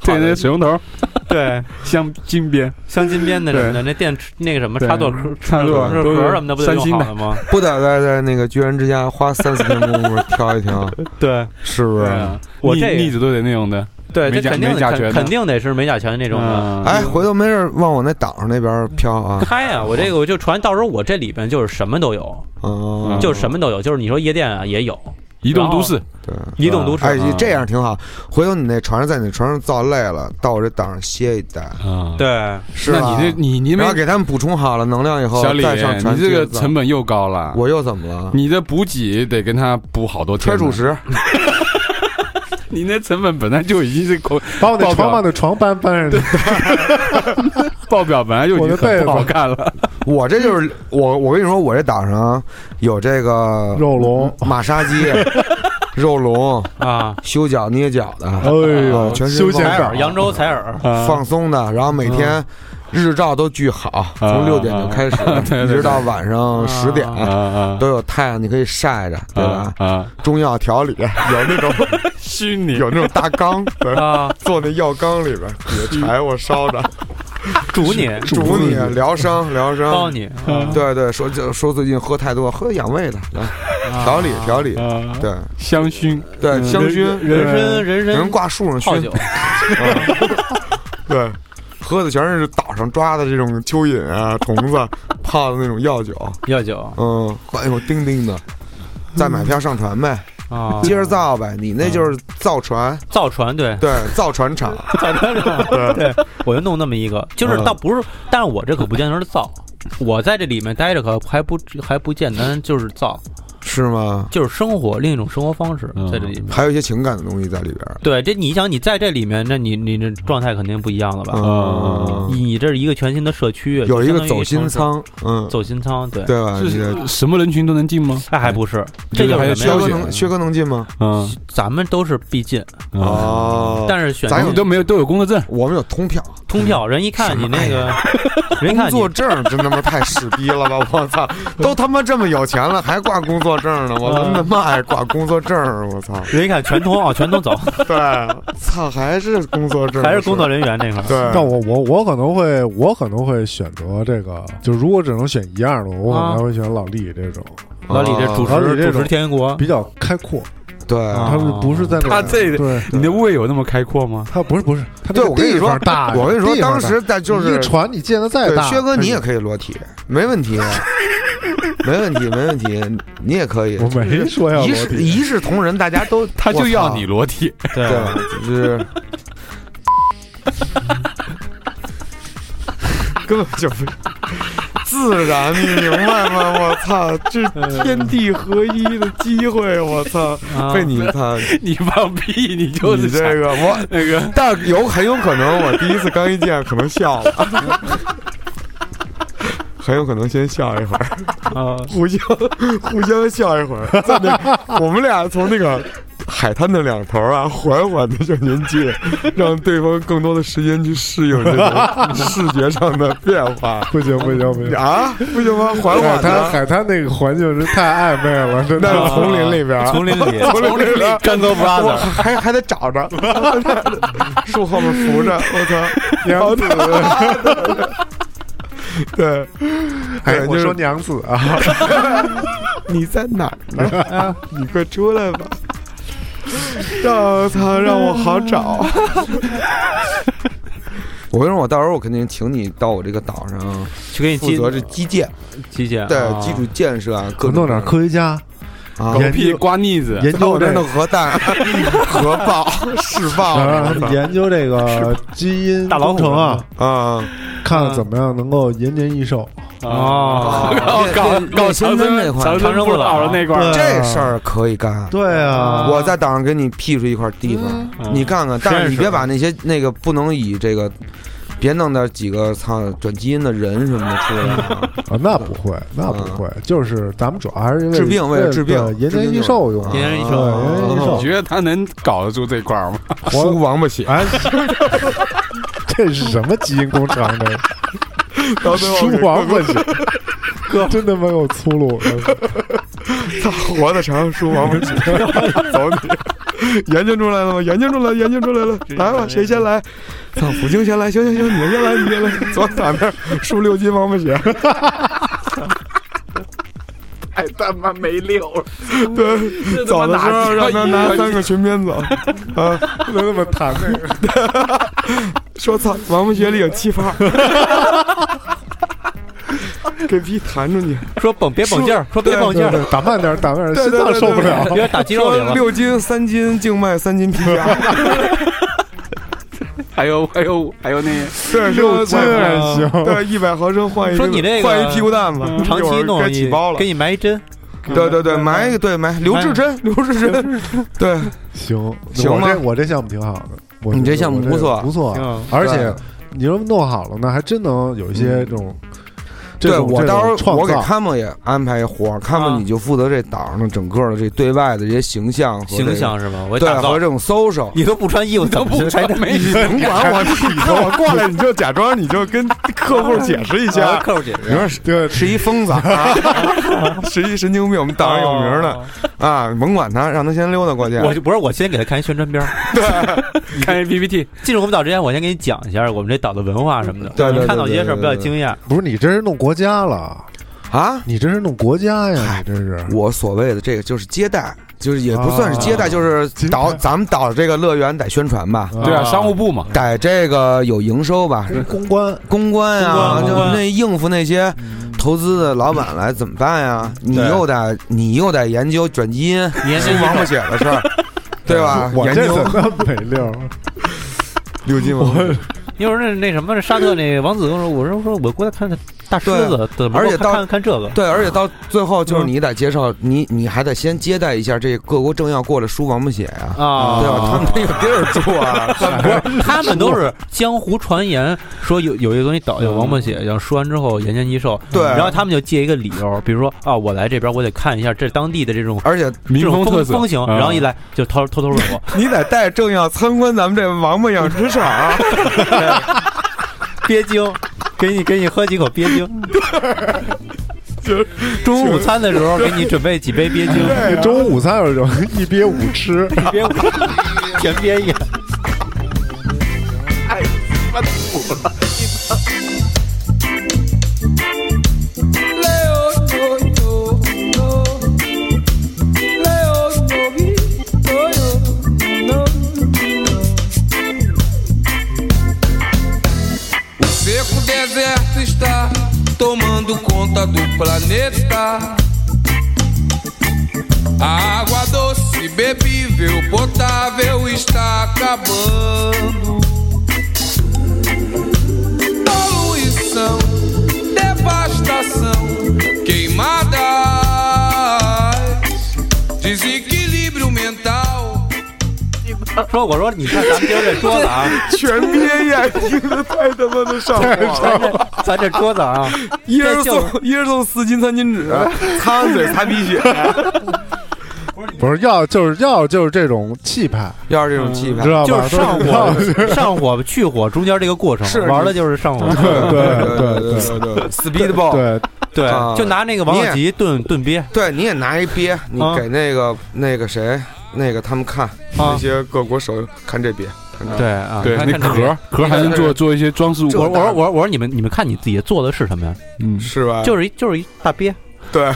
Speaker 6: 对那水龙头
Speaker 5: 对
Speaker 6: 镶金边，
Speaker 5: 镶金边的什么的，那电池那个什么
Speaker 6: 对
Speaker 5: 插座壳、
Speaker 6: 插座
Speaker 5: 插
Speaker 6: 都
Speaker 5: 壳
Speaker 6: 是
Speaker 5: 什么的，不得
Speaker 6: 三
Speaker 5: 用
Speaker 6: 星
Speaker 5: 好
Speaker 6: 的
Speaker 5: 了吗？
Speaker 4: 不得在在那个居然之家花 三四天功夫挑一挑，
Speaker 6: 嗯
Speaker 5: 对
Speaker 4: 是不是？
Speaker 6: 啊
Speaker 5: 我
Speaker 6: 腻
Speaker 5: 这
Speaker 6: 腻子都得那种的，
Speaker 5: 对，
Speaker 6: 美
Speaker 5: 这
Speaker 6: 甲
Speaker 5: 肯定
Speaker 6: 美甲
Speaker 5: 肯
Speaker 6: 拳的
Speaker 5: 肯定得是美甲拳那种的。
Speaker 6: 嗯
Speaker 4: 哎，回头没事儿往我那岛上那边飘 啊，
Speaker 5: 开啊！我这个我就传，到时候我这里边就是什么都有，
Speaker 4: 嗯，
Speaker 5: 就是什么都有，就是你说夜店啊也有，
Speaker 6: 移动都市，
Speaker 4: 对。
Speaker 5: 移动都市
Speaker 4: 哎
Speaker 5: 啊，
Speaker 4: 这样挺好。回头你那船上在你船上造累了，到我这岛上歇一待，
Speaker 6: 啊，
Speaker 5: 对。
Speaker 4: 嗯是
Speaker 6: 那
Speaker 4: 吧？
Speaker 6: 你这你你没
Speaker 4: 然后给他们补充好了能量以后，
Speaker 6: 小李，
Speaker 4: 再上船
Speaker 6: 你这
Speaker 4: 接着
Speaker 6: 个
Speaker 4: 造
Speaker 6: 成本又高了，
Speaker 4: 我又怎么了？
Speaker 6: 你的补给得跟他补好多天
Speaker 4: 揣
Speaker 6: 呢，
Speaker 4: 主食，
Speaker 6: 你那成本本来就已经是口
Speaker 3: 把我那
Speaker 6: 报
Speaker 3: 床
Speaker 6: 表
Speaker 3: 把我那床搬搬上去，
Speaker 6: 报表本来就已
Speaker 3: 我的
Speaker 6: 经
Speaker 3: 被
Speaker 6: 很
Speaker 3: 子
Speaker 6: 不好看了，
Speaker 4: 我这就是我，我跟你说，我这岛上有这个
Speaker 3: 肉龙
Speaker 4: 马杀鸡、肉龙、
Speaker 5: 啊，
Speaker 4: 修脚捏脚的，
Speaker 3: 哎呦
Speaker 4: 啊全身
Speaker 3: 休闲
Speaker 4: 包
Speaker 5: 采
Speaker 3: 感
Speaker 5: 耳，扬州采 耳，
Speaker 3: 呃
Speaker 6: 啊
Speaker 4: 放松的，然后每天
Speaker 6: 嗯
Speaker 4: 日照都巨好，从六点就开始，
Speaker 6: 啊对对
Speaker 4: 一直到晚上十点。
Speaker 6: 啊啊
Speaker 4: 都有太阳，你可以晒着，对吧
Speaker 6: 啊？啊！
Speaker 4: 中药调理有那种
Speaker 6: 虚拟
Speaker 4: 有那种大缸，对
Speaker 5: 啊，
Speaker 4: 坐那药缸里 边，你的柴火烧着，
Speaker 5: 煮你，
Speaker 4: 煮你啊疗伤疗伤，
Speaker 5: 包你，
Speaker 4: 对对，说就说最近喝太多，喝养胃的，来调理调理，
Speaker 6: 啊，
Speaker 4: 对
Speaker 6: 香薰，
Speaker 4: 对，香薰，
Speaker 5: 嗯人参人
Speaker 4: 有人
Speaker 5: 参
Speaker 4: 挂树上
Speaker 5: 泡
Speaker 4: 熏啊
Speaker 5: 酒，，
Speaker 4: 对，喝的全是岛上抓的这种蚯蚓啊、 虫子，泡的那种药酒，
Speaker 5: 药酒，
Speaker 4: 嗯，哎呦，叮叮的，再买票上船呗，
Speaker 5: 嗯啊，
Speaker 4: 接着造呗，你那就是造 船，
Speaker 5: 造船对，
Speaker 4: 对，造船厂，
Speaker 5: 造船厂，对，嗯我就弄那么一个，就是倒不是，但是我这可不见得是造，我在这里面待着可还不还不简单，就是造，
Speaker 4: 是吗？
Speaker 5: 就是生活另一种生活方式在这里面。
Speaker 4: 还有一些情感的东西在里边儿，
Speaker 5: 对，这你想，你在这里面，那你你这状态肯定不一样了吧？
Speaker 4: 嗯，
Speaker 5: 你你这是一个全新的社区，
Speaker 4: 有一
Speaker 5: 就
Speaker 4: 个
Speaker 5: 啊相当于
Speaker 4: 走心
Speaker 5: 城市，
Speaker 4: 舱，嗯，
Speaker 5: 走心舱，对，
Speaker 4: 对吧？这个
Speaker 6: 是什么人群都能进吗？
Speaker 5: 那还不是，
Speaker 6: 这
Speaker 5: 这
Speaker 6: 个
Speaker 5: 就是什
Speaker 6: 还
Speaker 4: 薛
Speaker 5: 么
Speaker 4: 哥
Speaker 5: 呀？
Speaker 4: 能薛哥能进吗？
Speaker 6: 嗯
Speaker 5: 咱们都是必进，
Speaker 6: 啊，
Speaker 4: 哦，
Speaker 5: 嗯但是选
Speaker 4: 咱有
Speaker 6: 都没有都有工作证，
Speaker 4: 我们有通票，
Speaker 5: 通票，人一看你那个，人一
Speaker 4: 工
Speaker 5: 看
Speaker 4: 作
Speaker 5: 你
Speaker 4: 证儿真他妈太屎逼 了吧！我操，都他妈这么有钱了还挂工作证儿呢，我他
Speaker 5: 嗯
Speaker 4: 妈妈爱挂工作证儿，我操！
Speaker 5: 人一看全通啊，全通走，
Speaker 4: 对，操，还是工作证儿，
Speaker 5: 还是工作人员那块儿。
Speaker 4: 对，
Speaker 3: 但我我我可能会，我可能会选择这个，就如果只能选一样的，我可能还会选老李这种，
Speaker 5: 老李这主
Speaker 3: 老李
Speaker 5: 持
Speaker 3: 这
Speaker 5: 主
Speaker 3: 种
Speaker 5: 持天元国，
Speaker 3: 比较开阔，
Speaker 4: 哦对。
Speaker 5: 啊
Speaker 3: 他们不是在那
Speaker 6: 他这
Speaker 3: 对，
Speaker 6: 你的胃有那么开阔吗？
Speaker 3: 他不是不是，他这
Speaker 4: 对，
Speaker 3: 个
Speaker 4: 我跟你
Speaker 3: 地
Speaker 4: 说
Speaker 3: 方大，呀，
Speaker 4: 我跟你说，
Speaker 3: 地方
Speaker 4: 当
Speaker 3: 大
Speaker 4: 时在就
Speaker 3: 你
Speaker 4: 是
Speaker 3: 一船你建的再
Speaker 4: 对，
Speaker 3: 大，
Speaker 4: 薛哥你也
Speaker 3: 以，
Speaker 4: 可以裸体， 没问题，没问题，没问题，你也可以。
Speaker 3: 我没说呀，
Speaker 4: 一
Speaker 3: 我
Speaker 4: 视一视同仁，大家都
Speaker 6: 他就要你
Speaker 4: 裸，
Speaker 6: 裸体，
Speaker 5: 对
Speaker 4: 对，就是 根本就不是自然，你明白吗？我操，这天地合一的机会，我操，
Speaker 5: 啊
Speaker 4: 被你操，
Speaker 6: 你放屁，你就是
Speaker 4: 你这个我
Speaker 6: 那个
Speaker 4: 但有很有可能，我第一次刚一见可能笑了， 很有可能先笑一会儿，
Speaker 5: 啊，
Speaker 4: 互相互相笑一会儿。 在那我们俩从那个海滩的两头啊，缓缓的向前进，让对方更多的时间去适应这种视觉上的变化。
Speaker 3: 不行不行不行，
Speaker 4: 啊，不行吗？缓
Speaker 3: 海
Speaker 4: 缓
Speaker 3: 滩
Speaker 4: 的，
Speaker 3: 哎海滩那个环境是太暧昧了，真
Speaker 4: 那是
Speaker 3: 的。
Speaker 4: 啊丛林里边儿，
Speaker 5: 丛林里
Speaker 4: 丛林里边儿。
Speaker 5: 干哥 brother
Speaker 4: 我还还得找着， 树后面扶着，我操！
Speaker 3: 娘子，
Speaker 4: 对，
Speaker 3: 哎，
Speaker 4: 对
Speaker 3: 我
Speaker 4: 就是
Speaker 3: 说娘子啊，
Speaker 4: 你在哪儿呢？啊，你快出来吧！让他啊让我好 找。 我跟你说，我到时候我肯定请你到我这个岛上
Speaker 5: 去给你
Speaker 4: 负
Speaker 5: 机
Speaker 4: 责这基建，
Speaker 5: 机械，
Speaker 4: 对
Speaker 5: 啊
Speaker 4: 基础建设啊，各
Speaker 3: 我
Speaker 4: 种
Speaker 3: 弄点科学家
Speaker 4: 啊，
Speaker 3: 研
Speaker 6: 屁
Speaker 3: 究
Speaker 6: 刮腻子，
Speaker 3: 研
Speaker 4: 到
Speaker 3: 究
Speaker 4: 我这
Speaker 3: 这
Speaker 4: 弄核弹、核爆、 试爆
Speaker 3: 啊研究这个基因
Speaker 5: 大老
Speaker 3: 工
Speaker 5: 虎
Speaker 3: 程啊，
Speaker 4: 啊！
Speaker 3: 看怎么样能够延年益寿。
Speaker 5: 哦，
Speaker 6: 搞搞搞长
Speaker 4: 深
Speaker 6: 生
Speaker 4: 圳那块
Speaker 6: 长
Speaker 5: 长
Speaker 6: 生
Speaker 5: 生
Speaker 6: 不
Speaker 5: 不
Speaker 6: 老
Speaker 5: 老
Speaker 6: 了那块儿，
Speaker 4: 这事儿可以干。
Speaker 3: 啊对啊，
Speaker 4: 我在岛上给你辟出一块地方，你看看，但是你别把那些那个不能以这个，别弄点几个操转基因的人什么的出来啊。
Speaker 3: 啊，那不会，那不会，就是咱们主要还是因为
Speaker 4: 嗯治病为了治病
Speaker 3: 对延
Speaker 4: 治病
Speaker 3: 年益
Speaker 4: 就是啊哦
Speaker 3: 寿用的，
Speaker 5: 延年益
Speaker 3: 对，
Speaker 5: 寿
Speaker 3: 延年益
Speaker 6: 你
Speaker 3: 寿。
Speaker 6: 觉得他能搞得住这块儿吗？
Speaker 4: 输王八血，
Speaker 3: 哎，这是什么基因工啊厂呢？
Speaker 4: 到 最后
Speaker 3: 书王不行，哥真他妈够粗鲁的。
Speaker 4: 他 活得长，输王八血，走你！研究出来了吗？研究出来，研究出来了，来吧，谁先来？操，普京先来，行行行，你先来，你先来，左躺那儿输六斤王八 血，
Speaker 6: 太哎他妈没溜了，
Speaker 4: 对，走的时候让他拿三个裙边走，啊，
Speaker 3: 能那么弹那个？
Speaker 4: 说操，王八学里有气泡， 给屁弹出去，
Speaker 5: 说绷别绷劲儿，说别绷劲
Speaker 3: 对
Speaker 5: 儿，
Speaker 3: 对，打慢点，打慢点，
Speaker 4: 对
Speaker 3: 心
Speaker 4: 对
Speaker 3: 脏受 不
Speaker 4: 对
Speaker 3: 了。
Speaker 5: 别打肌肉里
Speaker 4: 说
Speaker 5: 了。
Speaker 4: 六斤三斤静脉三斤皮 夹，
Speaker 6: 还有还有还有那
Speaker 4: 对，
Speaker 3: 六斤还
Speaker 4: 说
Speaker 3: 行
Speaker 4: 对，一百毫升换一
Speaker 5: 说你这个
Speaker 4: 换一屁股蛋子，
Speaker 5: 长
Speaker 4: 一
Speaker 5: 期
Speaker 4: 会儿
Speaker 5: 弄
Speaker 4: 该
Speaker 5: 上去
Speaker 4: 起包了
Speaker 5: 给。你埋一针，
Speaker 4: 对对对，
Speaker 3: 嗯
Speaker 4: 埋一个对埋刘志珍， 刘志珍， 对
Speaker 3: 行，
Speaker 4: 行
Speaker 3: 我这
Speaker 4: 吗
Speaker 3: 我这项目挺好的，我
Speaker 4: 你
Speaker 3: 觉得
Speaker 4: 这项目
Speaker 3: 我
Speaker 4: 不错
Speaker 3: 不错，
Speaker 5: 嗯
Speaker 3: 而且你说弄好了呢，还真能有一些这种。这
Speaker 4: 对，
Speaker 3: 种
Speaker 4: 我
Speaker 3: 这
Speaker 4: 到
Speaker 3: 种
Speaker 4: 时候我
Speaker 3: 创
Speaker 4: 给
Speaker 3: 造。
Speaker 4: 他们也安排一活儿，他
Speaker 5: 啊
Speaker 4: 们你就负责这岛上的整个的这对外的这些形象和这个
Speaker 5: 形象是吧？我
Speaker 4: 对
Speaker 5: 打
Speaker 4: 和
Speaker 5: 造
Speaker 4: 这，种 social，
Speaker 5: 你都不穿 衣服，怎么
Speaker 6: 不
Speaker 5: 才
Speaker 6: 穿
Speaker 5: 能
Speaker 6: 没
Speaker 4: 甭管 我，你看我过来，你就假装你就跟客户解释一
Speaker 5: 啊
Speaker 4: 下，
Speaker 5: 客户解
Speaker 4: 你
Speaker 5: 释？
Speaker 4: 说
Speaker 3: 对，
Speaker 4: 是一疯子，啊， 是一神经病，我们党上有名的啊，甭管他，让他先溜达过去。
Speaker 5: 我就不是我先给他看一宣传片儿，
Speaker 6: 看一 PPT，
Speaker 5: 进入我们岛之前，我先给你讲一下我们这岛的文化什么的，
Speaker 4: 对对对
Speaker 5: 你看到一些事儿
Speaker 4: 对对对
Speaker 5: 不要惊讶。
Speaker 3: 不是你这是弄国家了，
Speaker 4: 啊，
Speaker 3: 你这是弄国家呀，你这是。
Speaker 4: 我所谓的这个就是接待，就是也不算是接待，
Speaker 3: 啊
Speaker 4: 就是岛咱们岛这个乐园得宣传吧，
Speaker 6: 对啊，商务部嘛，
Speaker 4: 得这个有营收吧，
Speaker 3: 公公关
Speaker 4: 公关
Speaker 5: 公
Speaker 4: 啊，
Speaker 5: 关
Speaker 4: 就
Speaker 5: 公关
Speaker 4: 那应付那些投资的老板来怎么办呀？你
Speaker 7: 对
Speaker 4: 又得你又得研究转基因、
Speaker 5: 研究
Speaker 4: 输王八血的事儿，对吧？
Speaker 3: 我
Speaker 4: 研
Speaker 3: 这
Speaker 4: 究
Speaker 3: 怎么没溜儿？
Speaker 4: 六金王八血，
Speaker 5: 一会儿那那什么沙特那王子跟我说，我说说我过来看看大狮子怎么
Speaker 4: 啊而且
Speaker 5: 看
Speaker 4: 到
Speaker 5: 看看这个，
Speaker 4: 对，而且到最后就是你得介绍你，你还得先接待一下这各国政要过来输王八血呀、
Speaker 5: 啊
Speaker 4: 对吧？他们得有地儿住啊，他们 不是
Speaker 5: 他们都是江湖传言，说有有一个东西导有王八血，然后说完之后延年益寿。
Speaker 4: 对
Speaker 5: 然后他们就借一个理由，比如说啊，我来这边我得看一下这当地的这种
Speaker 4: 而且
Speaker 5: 这
Speaker 6: 民
Speaker 5: 种
Speaker 6: 风特色，
Speaker 5: 风情，
Speaker 6: 啊
Speaker 5: 然后一来就偷偷偷 问我，
Speaker 4: 你得带政要参观咱们这王八养殖场，
Speaker 5: 鳖精，给你给你喝几口鳖精。中午午餐的时候给你准备几杯鳖 精，
Speaker 3: 你中午午餐有时候一憋五吃，
Speaker 5: 鳖五全鳖一样。
Speaker 8: O seco deserto está tomando conta do planeta. A água doce, bebível, potável está acabando. Poluição, devastação, queimadas, desequilíbrio mental.
Speaker 5: 说我说你看咱们今儿这桌子啊，
Speaker 4: 全憋眼睛的太他妈的上火
Speaker 5: 咱
Speaker 4: 了，
Speaker 5: 这咱这桌子啊，
Speaker 4: 一人
Speaker 5: 这就是
Speaker 4: 送一人送四斤餐巾纸，擦完嘴擦鼻血，
Speaker 3: 不是要就是要就是这种气派，
Speaker 4: 要是这种气
Speaker 3: 你
Speaker 4: 派
Speaker 3: 知，道吧？
Speaker 5: 啊就是上
Speaker 3: 啊都是要
Speaker 5: 火、 上火、去火中间这个过程，
Speaker 4: 是
Speaker 5: 玩的就是上 火。
Speaker 3: 对对对对
Speaker 4: 对对对，speedball，
Speaker 3: 对，
Speaker 5: 对
Speaker 4: 啊，
Speaker 5: 就拿那个王小吉炖炖鳖
Speaker 4: 对，你也拿一鳖，你
Speaker 5: 啊
Speaker 4: 给那个那个谁，那个他们看那
Speaker 5: 啊，
Speaker 4: 些各国首看这鳖，看这鳖
Speaker 5: 对啊，
Speaker 6: 对，
Speaker 5: 看
Speaker 6: 那
Speaker 5: 看这
Speaker 6: 壳壳还能做做一些装饰物
Speaker 5: 我，我说我说我说你们你们看你自己做的是什么呀？
Speaker 6: 嗯，
Speaker 4: 是吧？
Speaker 5: 就是一就是一大鳖，
Speaker 4: 啊对，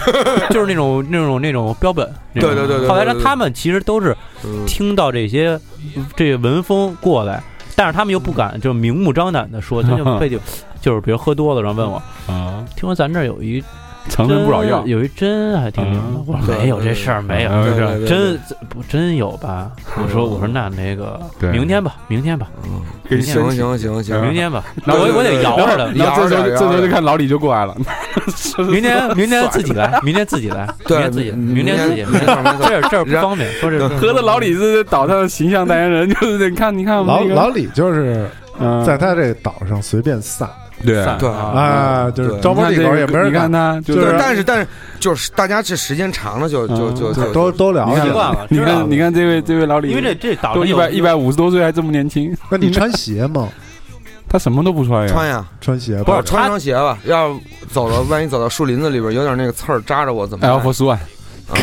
Speaker 5: 就是那种那种那种标本。那种
Speaker 4: 对对对对对
Speaker 5: 后来呢，
Speaker 4: 对对
Speaker 5: 他们其实都是
Speaker 4: 嗯
Speaker 5: 听到这些这些文风过来，但是他们又不敢就明目张胆的说，他就非得就是比如喝多了，然后问我，
Speaker 6: 啊，
Speaker 5: 听说咱这儿有一
Speaker 6: 藏身不老药
Speaker 5: 针，有一针还挺灵的
Speaker 6: 嗯。
Speaker 5: 我说没有这事儿，没有。
Speaker 6: 啊
Speaker 4: 对
Speaker 6: 是
Speaker 4: 对对
Speaker 5: 真不真有吧？我说我说那那个
Speaker 6: 对
Speaker 5: 明天吧，明天吧，
Speaker 4: 给你行行行行，
Speaker 5: 明天吧，
Speaker 6: 然后
Speaker 5: 我我得
Speaker 4: 对
Speaker 5: 摇着的，
Speaker 6: 然后这时候
Speaker 4: 摇着
Speaker 6: 这时候就看老李就过来了，
Speaker 5: 明天明天自己来，明天自己来，明
Speaker 4: 对
Speaker 5: 天自己，
Speaker 4: 明
Speaker 5: 明天自己，
Speaker 4: 明天明天
Speaker 5: 这儿这儿不
Speaker 4: 然
Speaker 5: 方便，说这
Speaker 4: 对
Speaker 6: 合着老李是岛上的形象代言人，就是你看你看我
Speaker 3: 老
Speaker 6: 们那个
Speaker 3: 老李就是
Speaker 6: 嗯
Speaker 3: 在他这个岛上随便散
Speaker 6: 对
Speaker 5: 散
Speaker 4: 对
Speaker 5: 啊，
Speaker 3: 啊，就是
Speaker 4: 对
Speaker 3: 招猫
Speaker 6: 你
Speaker 3: 递
Speaker 6: 看这
Speaker 3: 狗
Speaker 6: 个
Speaker 3: 也没人
Speaker 6: 你看
Speaker 3: 敢，
Speaker 6: 他
Speaker 3: 就
Speaker 6: 就是
Speaker 4: 嗯
Speaker 6: 是
Speaker 4: 对，但是但是就是大家这时间长了就就就
Speaker 3: 对
Speaker 4: 就
Speaker 3: 都都了
Speaker 6: 你看
Speaker 5: 习
Speaker 3: 解了。
Speaker 5: 惯了，
Speaker 6: 你
Speaker 5: 知
Speaker 3: 啊
Speaker 5: 道
Speaker 6: 看
Speaker 5: 了
Speaker 6: 你看这位这位老李，
Speaker 5: 因为这这岛
Speaker 6: 都
Speaker 5: 上
Speaker 6: 一
Speaker 5: 有
Speaker 6: 百一百五十多岁还这么年轻，
Speaker 3: 那你穿鞋吗？
Speaker 6: 他什么都不穿呀，
Speaker 4: 穿呀，
Speaker 3: 穿鞋
Speaker 4: 不
Speaker 3: 吧
Speaker 4: 是穿双鞋吧？要走到万一走到树林子里边，有点那个刺儿扎着我怎么办？
Speaker 6: Air Force One，
Speaker 4: 啊，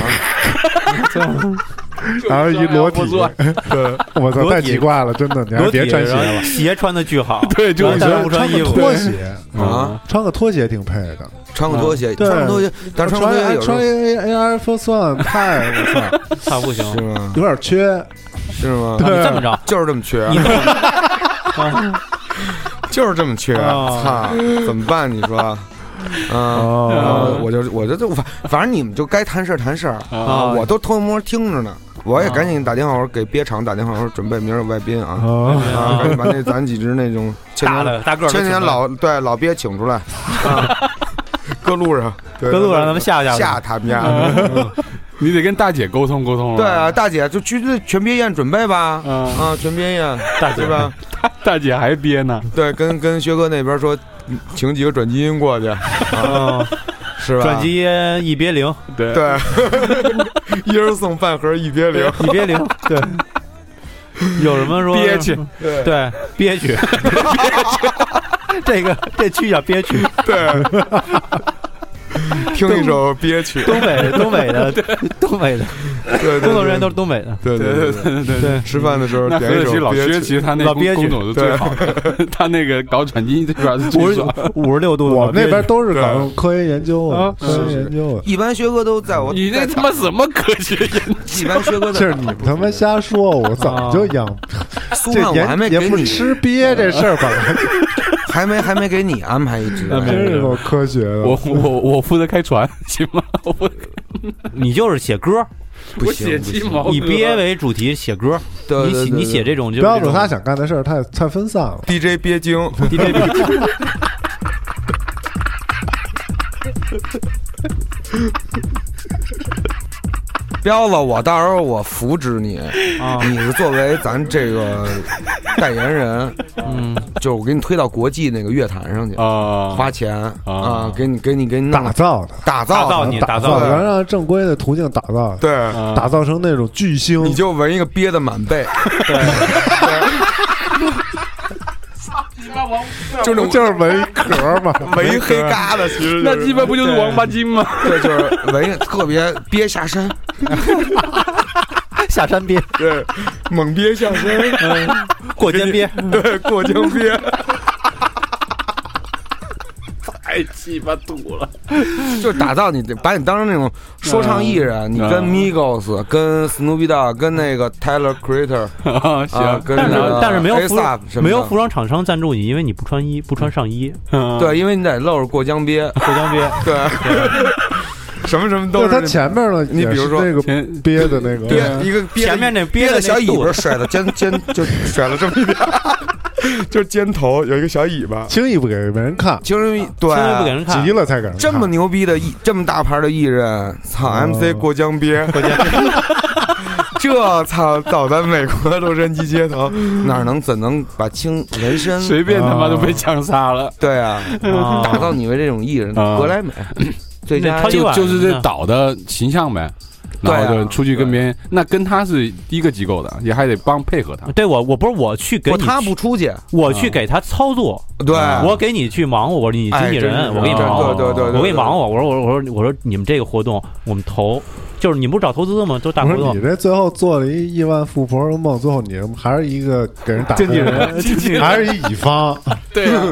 Speaker 3: 然后一裸体， 我操，
Speaker 5: 裸
Speaker 3: 太
Speaker 5: 体
Speaker 3: 奇怪了，真的，你还
Speaker 5: 裸
Speaker 3: 别
Speaker 5: 体，
Speaker 3: 穿鞋
Speaker 5: 然
Speaker 3: 了
Speaker 5: 后。 鞋穿的巨好，
Speaker 6: 对，就
Speaker 5: 然后但是
Speaker 3: 我觉得
Speaker 5: 不
Speaker 3: 穿
Speaker 5: 穿衣
Speaker 3: 个
Speaker 5: 服
Speaker 3: 拖鞋，
Speaker 4: 啊
Speaker 3: 穿个拖鞋挺配的。
Speaker 4: 穿个拖鞋，
Speaker 3: 对
Speaker 4: 穿个拖鞋，但是
Speaker 3: 穿
Speaker 4: 穿个拖鞋有时
Speaker 3: 穿
Speaker 4: 候
Speaker 3: A A R Force One 太我操，
Speaker 5: 操啊不行，
Speaker 4: 是吗？
Speaker 3: 有点缺。
Speaker 4: 是吗？
Speaker 5: 啊你这么着，
Speaker 4: 就是这么缺，啊 就是这么缺，
Speaker 5: 啊
Speaker 4: 操，怎么办？你说？嗯，然后
Speaker 3: 哦，
Speaker 4: 我就我就就反反正你们就该谈事儿谈事儿
Speaker 5: 啊
Speaker 4: 我都偷摸听着呢。我也
Speaker 5: 啊
Speaker 4: 赶紧打电话，我说给憋场打电话，我说准备明儿有外宾啊，
Speaker 3: 哦，
Speaker 4: 啊，赶紧把那咱几只 那种千
Speaker 5: 大
Speaker 4: 年
Speaker 5: 了大个儿都
Speaker 4: 千
Speaker 5: 挺
Speaker 4: 年
Speaker 5: 高，
Speaker 4: 老对老鳖请出来， 啊搁路上，搁
Speaker 5: 搁路上咱们吓唬嗯吓唬
Speaker 4: 吓他们家。
Speaker 6: 啊 你得跟大姐沟通沟通了，
Speaker 4: 对啊，，大姐就去这全鳖宴准备吧，
Speaker 6: 嗯
Speaker 4: 啊，全鳖宴
Speaker 5: 大姐
Speaker 4: 对 吧？
Speaker 6: 大姐还憋呢，
Speaker 4: 对，跟跟薛哥那边说，请几个转基因过去，
Speaker 5: 嗯
Speaker 4: 是吧？
Speaker 5: 转基因一别 零，
Speaker 6: 对，
Speaker 4: 对，一人送半盒一别零，
Speaker 5: 一别零，对，有什么说
Speaker 6: 憋屈，
Speaker 4: 对
Speaker 5: 对，憋 屈，这个这区叫憋屈，
Speaker 4: 对，听一首憋曲，
Speaker 5: 东北东北的东北的
Speaker 9: 对，
Speaker 5: 工作人员都是东北的，
Speaker 9: 对对对对
Speaker 6: 对对对。
Speaker 9: 吃饭的时候
Speaker 6: 那何
Speaker 9: 点一首
Speaker 6: 雪琪老
Speaker 9: 憋
Speaker 6: 薛，
Speaker 9: 屈
Speaker 6: 其实他那
Speaker 5: 老
Speaker 6: 工
Speaker 5: 憋屈
Speaker 6: 工种是最好 的，他那个搞转基因这边是
Speaker 5: 五
Speaker 6: 最
Speaker 5: 十
Speaker 6: 爽。
Speaker 5: 五十六度的
Speaker 3: 我
Speaker 5: 老
Speaker 3: 们
Speaker 5: 鳖子，
Speaker 3: 那边都是搞科研研究
Speaker 5: 啊
Speaker 3: 啊，科研研究啊。
Speaker 4: 一般学哥都在我
Speaker 6: 你这
Speaker 4: 在
Speaker 6: 他妈什么科学研究？
Speaker 4: 一般学哥
Speaker 3: 这
Speaker 4: 在
Speaker 3: 是你们他妈瞎说，我早就养
Speaker 4: 苏
Speaker 3: 这
Speaker 4: 汉，我还没
Speaker 3: 也
Speaker 4: 给
Speaker 3: 也不
Speaker 4: 你，
Speaker 3: 吃鳖这事儿吧，
Speaker 4: 还没还没给你安排一只。
Speaker 3: 真是够科学的。
Speaker 6: 我我我负责开船行吗？ 我负责
Speaker 5: 你就是写歌，
Speaker 4: 不
Speaker 6: 我
Speaker 4: 行
Speaker 6: 写
Speaker 4: 不
Speaker 6: 鸡
Speaker 4: 行
Speaker 6: 毛
Speaker 5: 以
Speaker 6: 哥
Speaker 5: 鳖为主题写歌，
Speaker 4: 对
Speaker 5: 你
Speaker 4: 对
Speaker 5: 写
Speaker 4: 对
Speaker 5: 你写这种就是
Speaker 3: 不要
Speaker 5: 这
Speaker 3: 总
Speaker 5: 种
Speaker 3: 他想干的事儿太太分散了。
Speaker 9: DJ 憋精，
Speaker 5: DJ
Speaker 4: 彪子，我到时候我扶植你，
Speaker 5: 啊
Speaker 4: 你是作为咱这个代言人，嗯，就是我给你推到国际那个乐坛上去，
Speaker 5: 哦
Speaker 6: 啊
Speaker 4: 花钱啊，给你给你给你弄
Speaker 3: 打造的，
Speaker 4: 打造
Speaker 5: 打造你嗯
Speaker 3: 打
Speaker 5: 打造的
Speaker 3: 咱让正规的途径打造，
Speaker 9: 对，
Speaker 3: 打造成那种巨星。
Speaker 4: 你就纹一个憋的满背，对，就那
Speaker 3: 不
Speaker 4: 种
Speaker 3: 就是围壳嘛，
Speaker 9: 没黑疙瘩，其实
Speaker 6: 那
Speaker 9: 就是
Speaker 6: 鸡巴不就是王八精吗？
Speaker 4: 对，就是纹一个特别憋下山，
Speaker 5: 下山鳖、
Speaker 9: 对猛憋下身，
Speaker 5: 过肩鳖，
Speaker 9: 对过江憋，
Speaker 6: 太鸡巴土了！
Speaker 4: 就打造你，把你当成那种说唱艺人，你跟
Speaker 6: 嗯
Speaker 4: Migos、跟 Snoopy Dogg、跟那个 Tyler Creator
Speaker 6: 啊，
Speaker 4: 啊，
Speaker 6: 行，
Speaker 4: 跟
Speaker 5: 但
Speaker 4: 那
Speaker 5: 是
Speaker 4: 个
Speaker 5: 但是没有服
Speaker 4: ASAP 什么
Speaker 5: 没
Speaker 4: 的
Speaker 5: 有服装厂商赞助你，因为你不穿衣不穿上衣，
Speaker 6: 嗯，
Speaker 4: 对，因为你得露着过江鳖，
Speaker 5: 过江鳖。
Speaker 4: 对，
Speaker 9: 什么什么都
Speaker 3: 就是他前面呢，
Speaker 4: 你比如说
Speaker 3: 也是那个
Speaker 6: 前
Speaker 3: 憋的那
Speaker 4: 憋
Speaker 3: 个，
Speaker 4: 一个 憋
Speaker 5: 前面那
Speaker 4: 憋
Speaker 5: 憋的那
Speaker 4: 的小尾
Speaker 5: 肚
Speaker 4: 巴
Speaker 5: 子
Speaker 4: 甩到肩肩就
Speaker 9: 甩了这么一点， 就是肩头有一个小尾巴，
Speaker 3: 轻易不给别人看，
Speaker 4: 其实对
Speaker 5: 轻易不给人看
Speaker 3: 急，了才敢看
Speaker 4: 这么牛逼的艺，这么大牌的艺人，
Speaker 5: 哦
Speaker 4: 操
Speaker 3: 嗯
Speaker 4: MC
Speaker 9: 过江鳖， 这操，早在美国洛杉矶街头，
Speaker 4: 哪能怎能把青纹身？
Speaker 6: 随便他妈都被枪杀了。
Speaker 4: 对啊，
Speaker 5: 啊
Speaker 4: 打造你为这种艺人，
Speaker 6: 啊
Speaker 4: 格莱美 最
Speaker 5: 那
Speaker 4: 佳
Speaker 5: 超级碗
Speaker 6: 就是这岛的形象呗。
Speaker 4: 对啊
Speaker 6: 然后就出去跟别人，那跟他是一个机构的，也还得帮配合他。
Speaker 5: 啊 对我我不是我去给
Speaker 4: 不
Speaker 5: 你
Speaker 4: 他不啊出去，啊
Speaker 5: 我去给他操作，
Speaker 4: 对，
Speaker 5: 我给你去忙活，我说你经纪
Speaker 4: 哎真是
Speaker 5: 人，我给你
Speaker 4: 对
Speaker 5: 忙活，
Speaker 4: 对对对对对
Speaker 5: 我给你忙活，我说我说我说我说你们这个活动我们投，就是你们不是找投资吗？都是大活
Speaker 3: 不是
Speaker 5: 动
Speaker 3: 你，这最后做了一亿万富婆的梦，最后你还是一个给人打经纪 人，还是一乙方，
Speaker 6: 对 啊，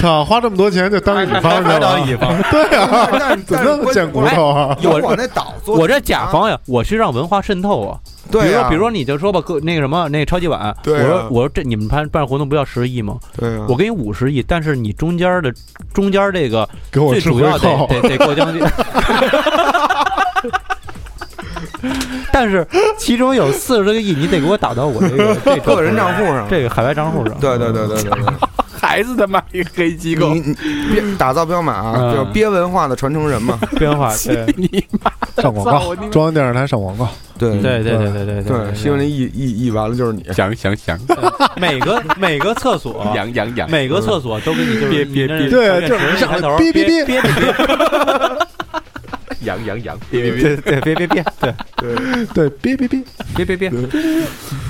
Speaker 3: 操，花这么多钱就当乙方去了，
Speaker 5: 乙方，
Speaker 3: 对啊，
Speaker 4: 但
Speaker 3: 怎么那么贱骨头啊？
Speaker 4: 有我那岛做，
Speaker 5: 我这甲方呀，我是让文化渗透啊。比
Speaker 4: 对
Speaker 5: 如说
Speaker 4: 啊，
Speaker 5: 比如说你就说吧，哥那个什么那个超级碗，
Speaker 9: 对啊
Speaker 5: 我说我说这你们办办活动不要十亿吗？
Speaker 9: 对
Speaker 4: 嗯
Speaker 9: 啊
Speaker 5: 我给你五十亿，但是你中间的中间这个
Speaker 3: 给我
Speaker 5: 哎最
Speaker 3: 吃
Speaker 5: 主
Speaker 3: 回
Speaker 5: 要得
Speaker 3: 扣，
Speaker 5: 得得过江 鳖。但是其中有四十多个亿，你得给我打到我这个这
Speaker 4: 个人账户上，
Speaker 5: 这个海外账户上。
Speaker 4: 对对对对 对对。
Speaker 6: 还是他妈一个黑机构
Speaker 4: 你，你别打造彪马啊，
Speaker 6: 嗯
Speaker 4: 就是憋文化的传承人嘛。
Speaker 5: 变化，啊对
Speaker 3: 上广告，中央电视台上广告，
Speaker 4: 对
Speaker 5: 对对对对对
Speaker 4: 对，新闻里一一一完了就是你。
Speaker 6: 想想想，
Speaker 5: 每个每个厕所，
Speaker 6: 养养养，
Speaker 5: 每个厕所都给你就是
Speaker 6: 憋憋憋
Speaker 3: 对
Speaker 5: 就
Speaker 3: 就是是
Speaker 5: 你抬头
Speaker 3: 憋
Speaker 5: 憋
Speaker 3: 憋
Speaker 5: 憋憋
Speaker 6: 养养养，别别别，
Speaker 5: 憋憋憋憋对
Speaker 3: 对，哔哔哔，
Speaker 5: 憋憋憋，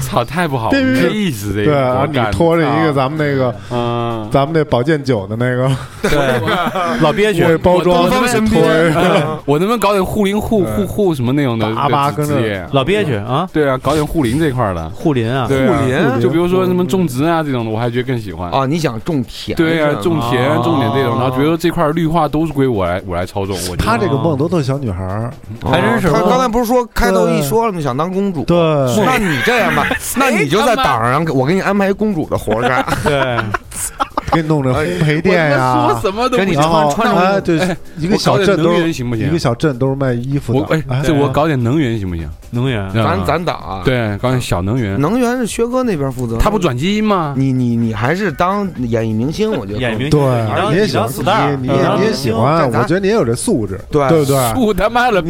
Speaker 6: 操，太不好，
Speaker 3: 别别别
Speaker 6: 没意思这
Speaker 3: 对，
Speaker 6: 个。
Speaker 3: 然后你拖着一
Speaker 6: 啊
Speaker 3: 个咱们那个。
Speaker 6: 嗯，
Speaker 3: 咱们那保健酒的那个
Speaker 5: 对，老憋屈，
Speaker 3: 那 包装
Speaker 6: 哎我东方神
Speaker 3: 拖 着，
Speaker 6: 我能不能搞点护林护护护什么那种的
Speaker 3: 嗯大巴
Speaker 6: 的
Speaker 3: 跟着
Speaker 6: 职业？
Speaker 5: 老憋屈啊，
Speaker 6: 对啊，搞点护林这块儿的，
Speaker 5: 护林啊，
Speaker 6: 对啊
Speaker 4: 护林
Speaker 6: 就比如说什么种植啊这种的，我还觉得更喜欢。
Speaker 4: 啊，你想种田？
Speaker 6: 对啊，种田
Speaker 5: 啊
Speaker 6: 种点这种，然后比如说这块绿化都是归我来我来操纵，我觉得啊
Speaker 3: 她这个梦都特小女孩儿，
Speaker 5: 还真是
Speaker 4: 哦他刚才不是说开头
Speaker 3: 对
Speaker 4: 一说了吗？想当公主？
Speaker 3: 对
Speaker 4: 那你这 样吧，那你就在岛上，我给你安排一公主的活儿干，
Speaker 5: 对，
Speaker 3: 给你弄成烘焙店
Speaker 6: 哎我他妈
Speaker 3: 呀
Speaker 6: 说，什么都
Speaker 4: 给
Speaker 6: 不
Speaker 4: 你
Speaker 6: 行
Speaker 3: 然后
Speaker 4: 穿穿
Speaker 3: 哎，对，一个小镇都
Speaker 6: 我搞点能源行不行
Speaker 3: 一个小镇都是卖衣服
Speaker 6: 我
Speaker 3: 的，
Speaker 6: 哎，这我搞点能源行不行？
Speaker 3: 啊
Speaker 5: 能源
Speaker 4: 咱
Speaker 6: 嗯
Speaker 4: 咱岛啊，，
Speaker 6: 对搞点小能源，
Speaker 4: 能源是薛哥那边负责，
Speaker 6: 他不。转基因吗？
Speaker 4: 你你你还是当演艺明星，我觉得
Speaker 5: 演明
Speaker 3: 对
Speaker 5: 你当，
Speaker 3: 你也
Speaker 5: 你
Speaker 3: 喜
Speaker 5: 当
Speaker 3: 欢
Speaker 5: star，，
Speaker 3: 你也你也喜欢，
Speaker 4: 对咱
Speaker 3: 我觉得你也有这素质，
Speaker 4: 对
Speaker 3: 对不对？
Speaker 6: 不他妈的，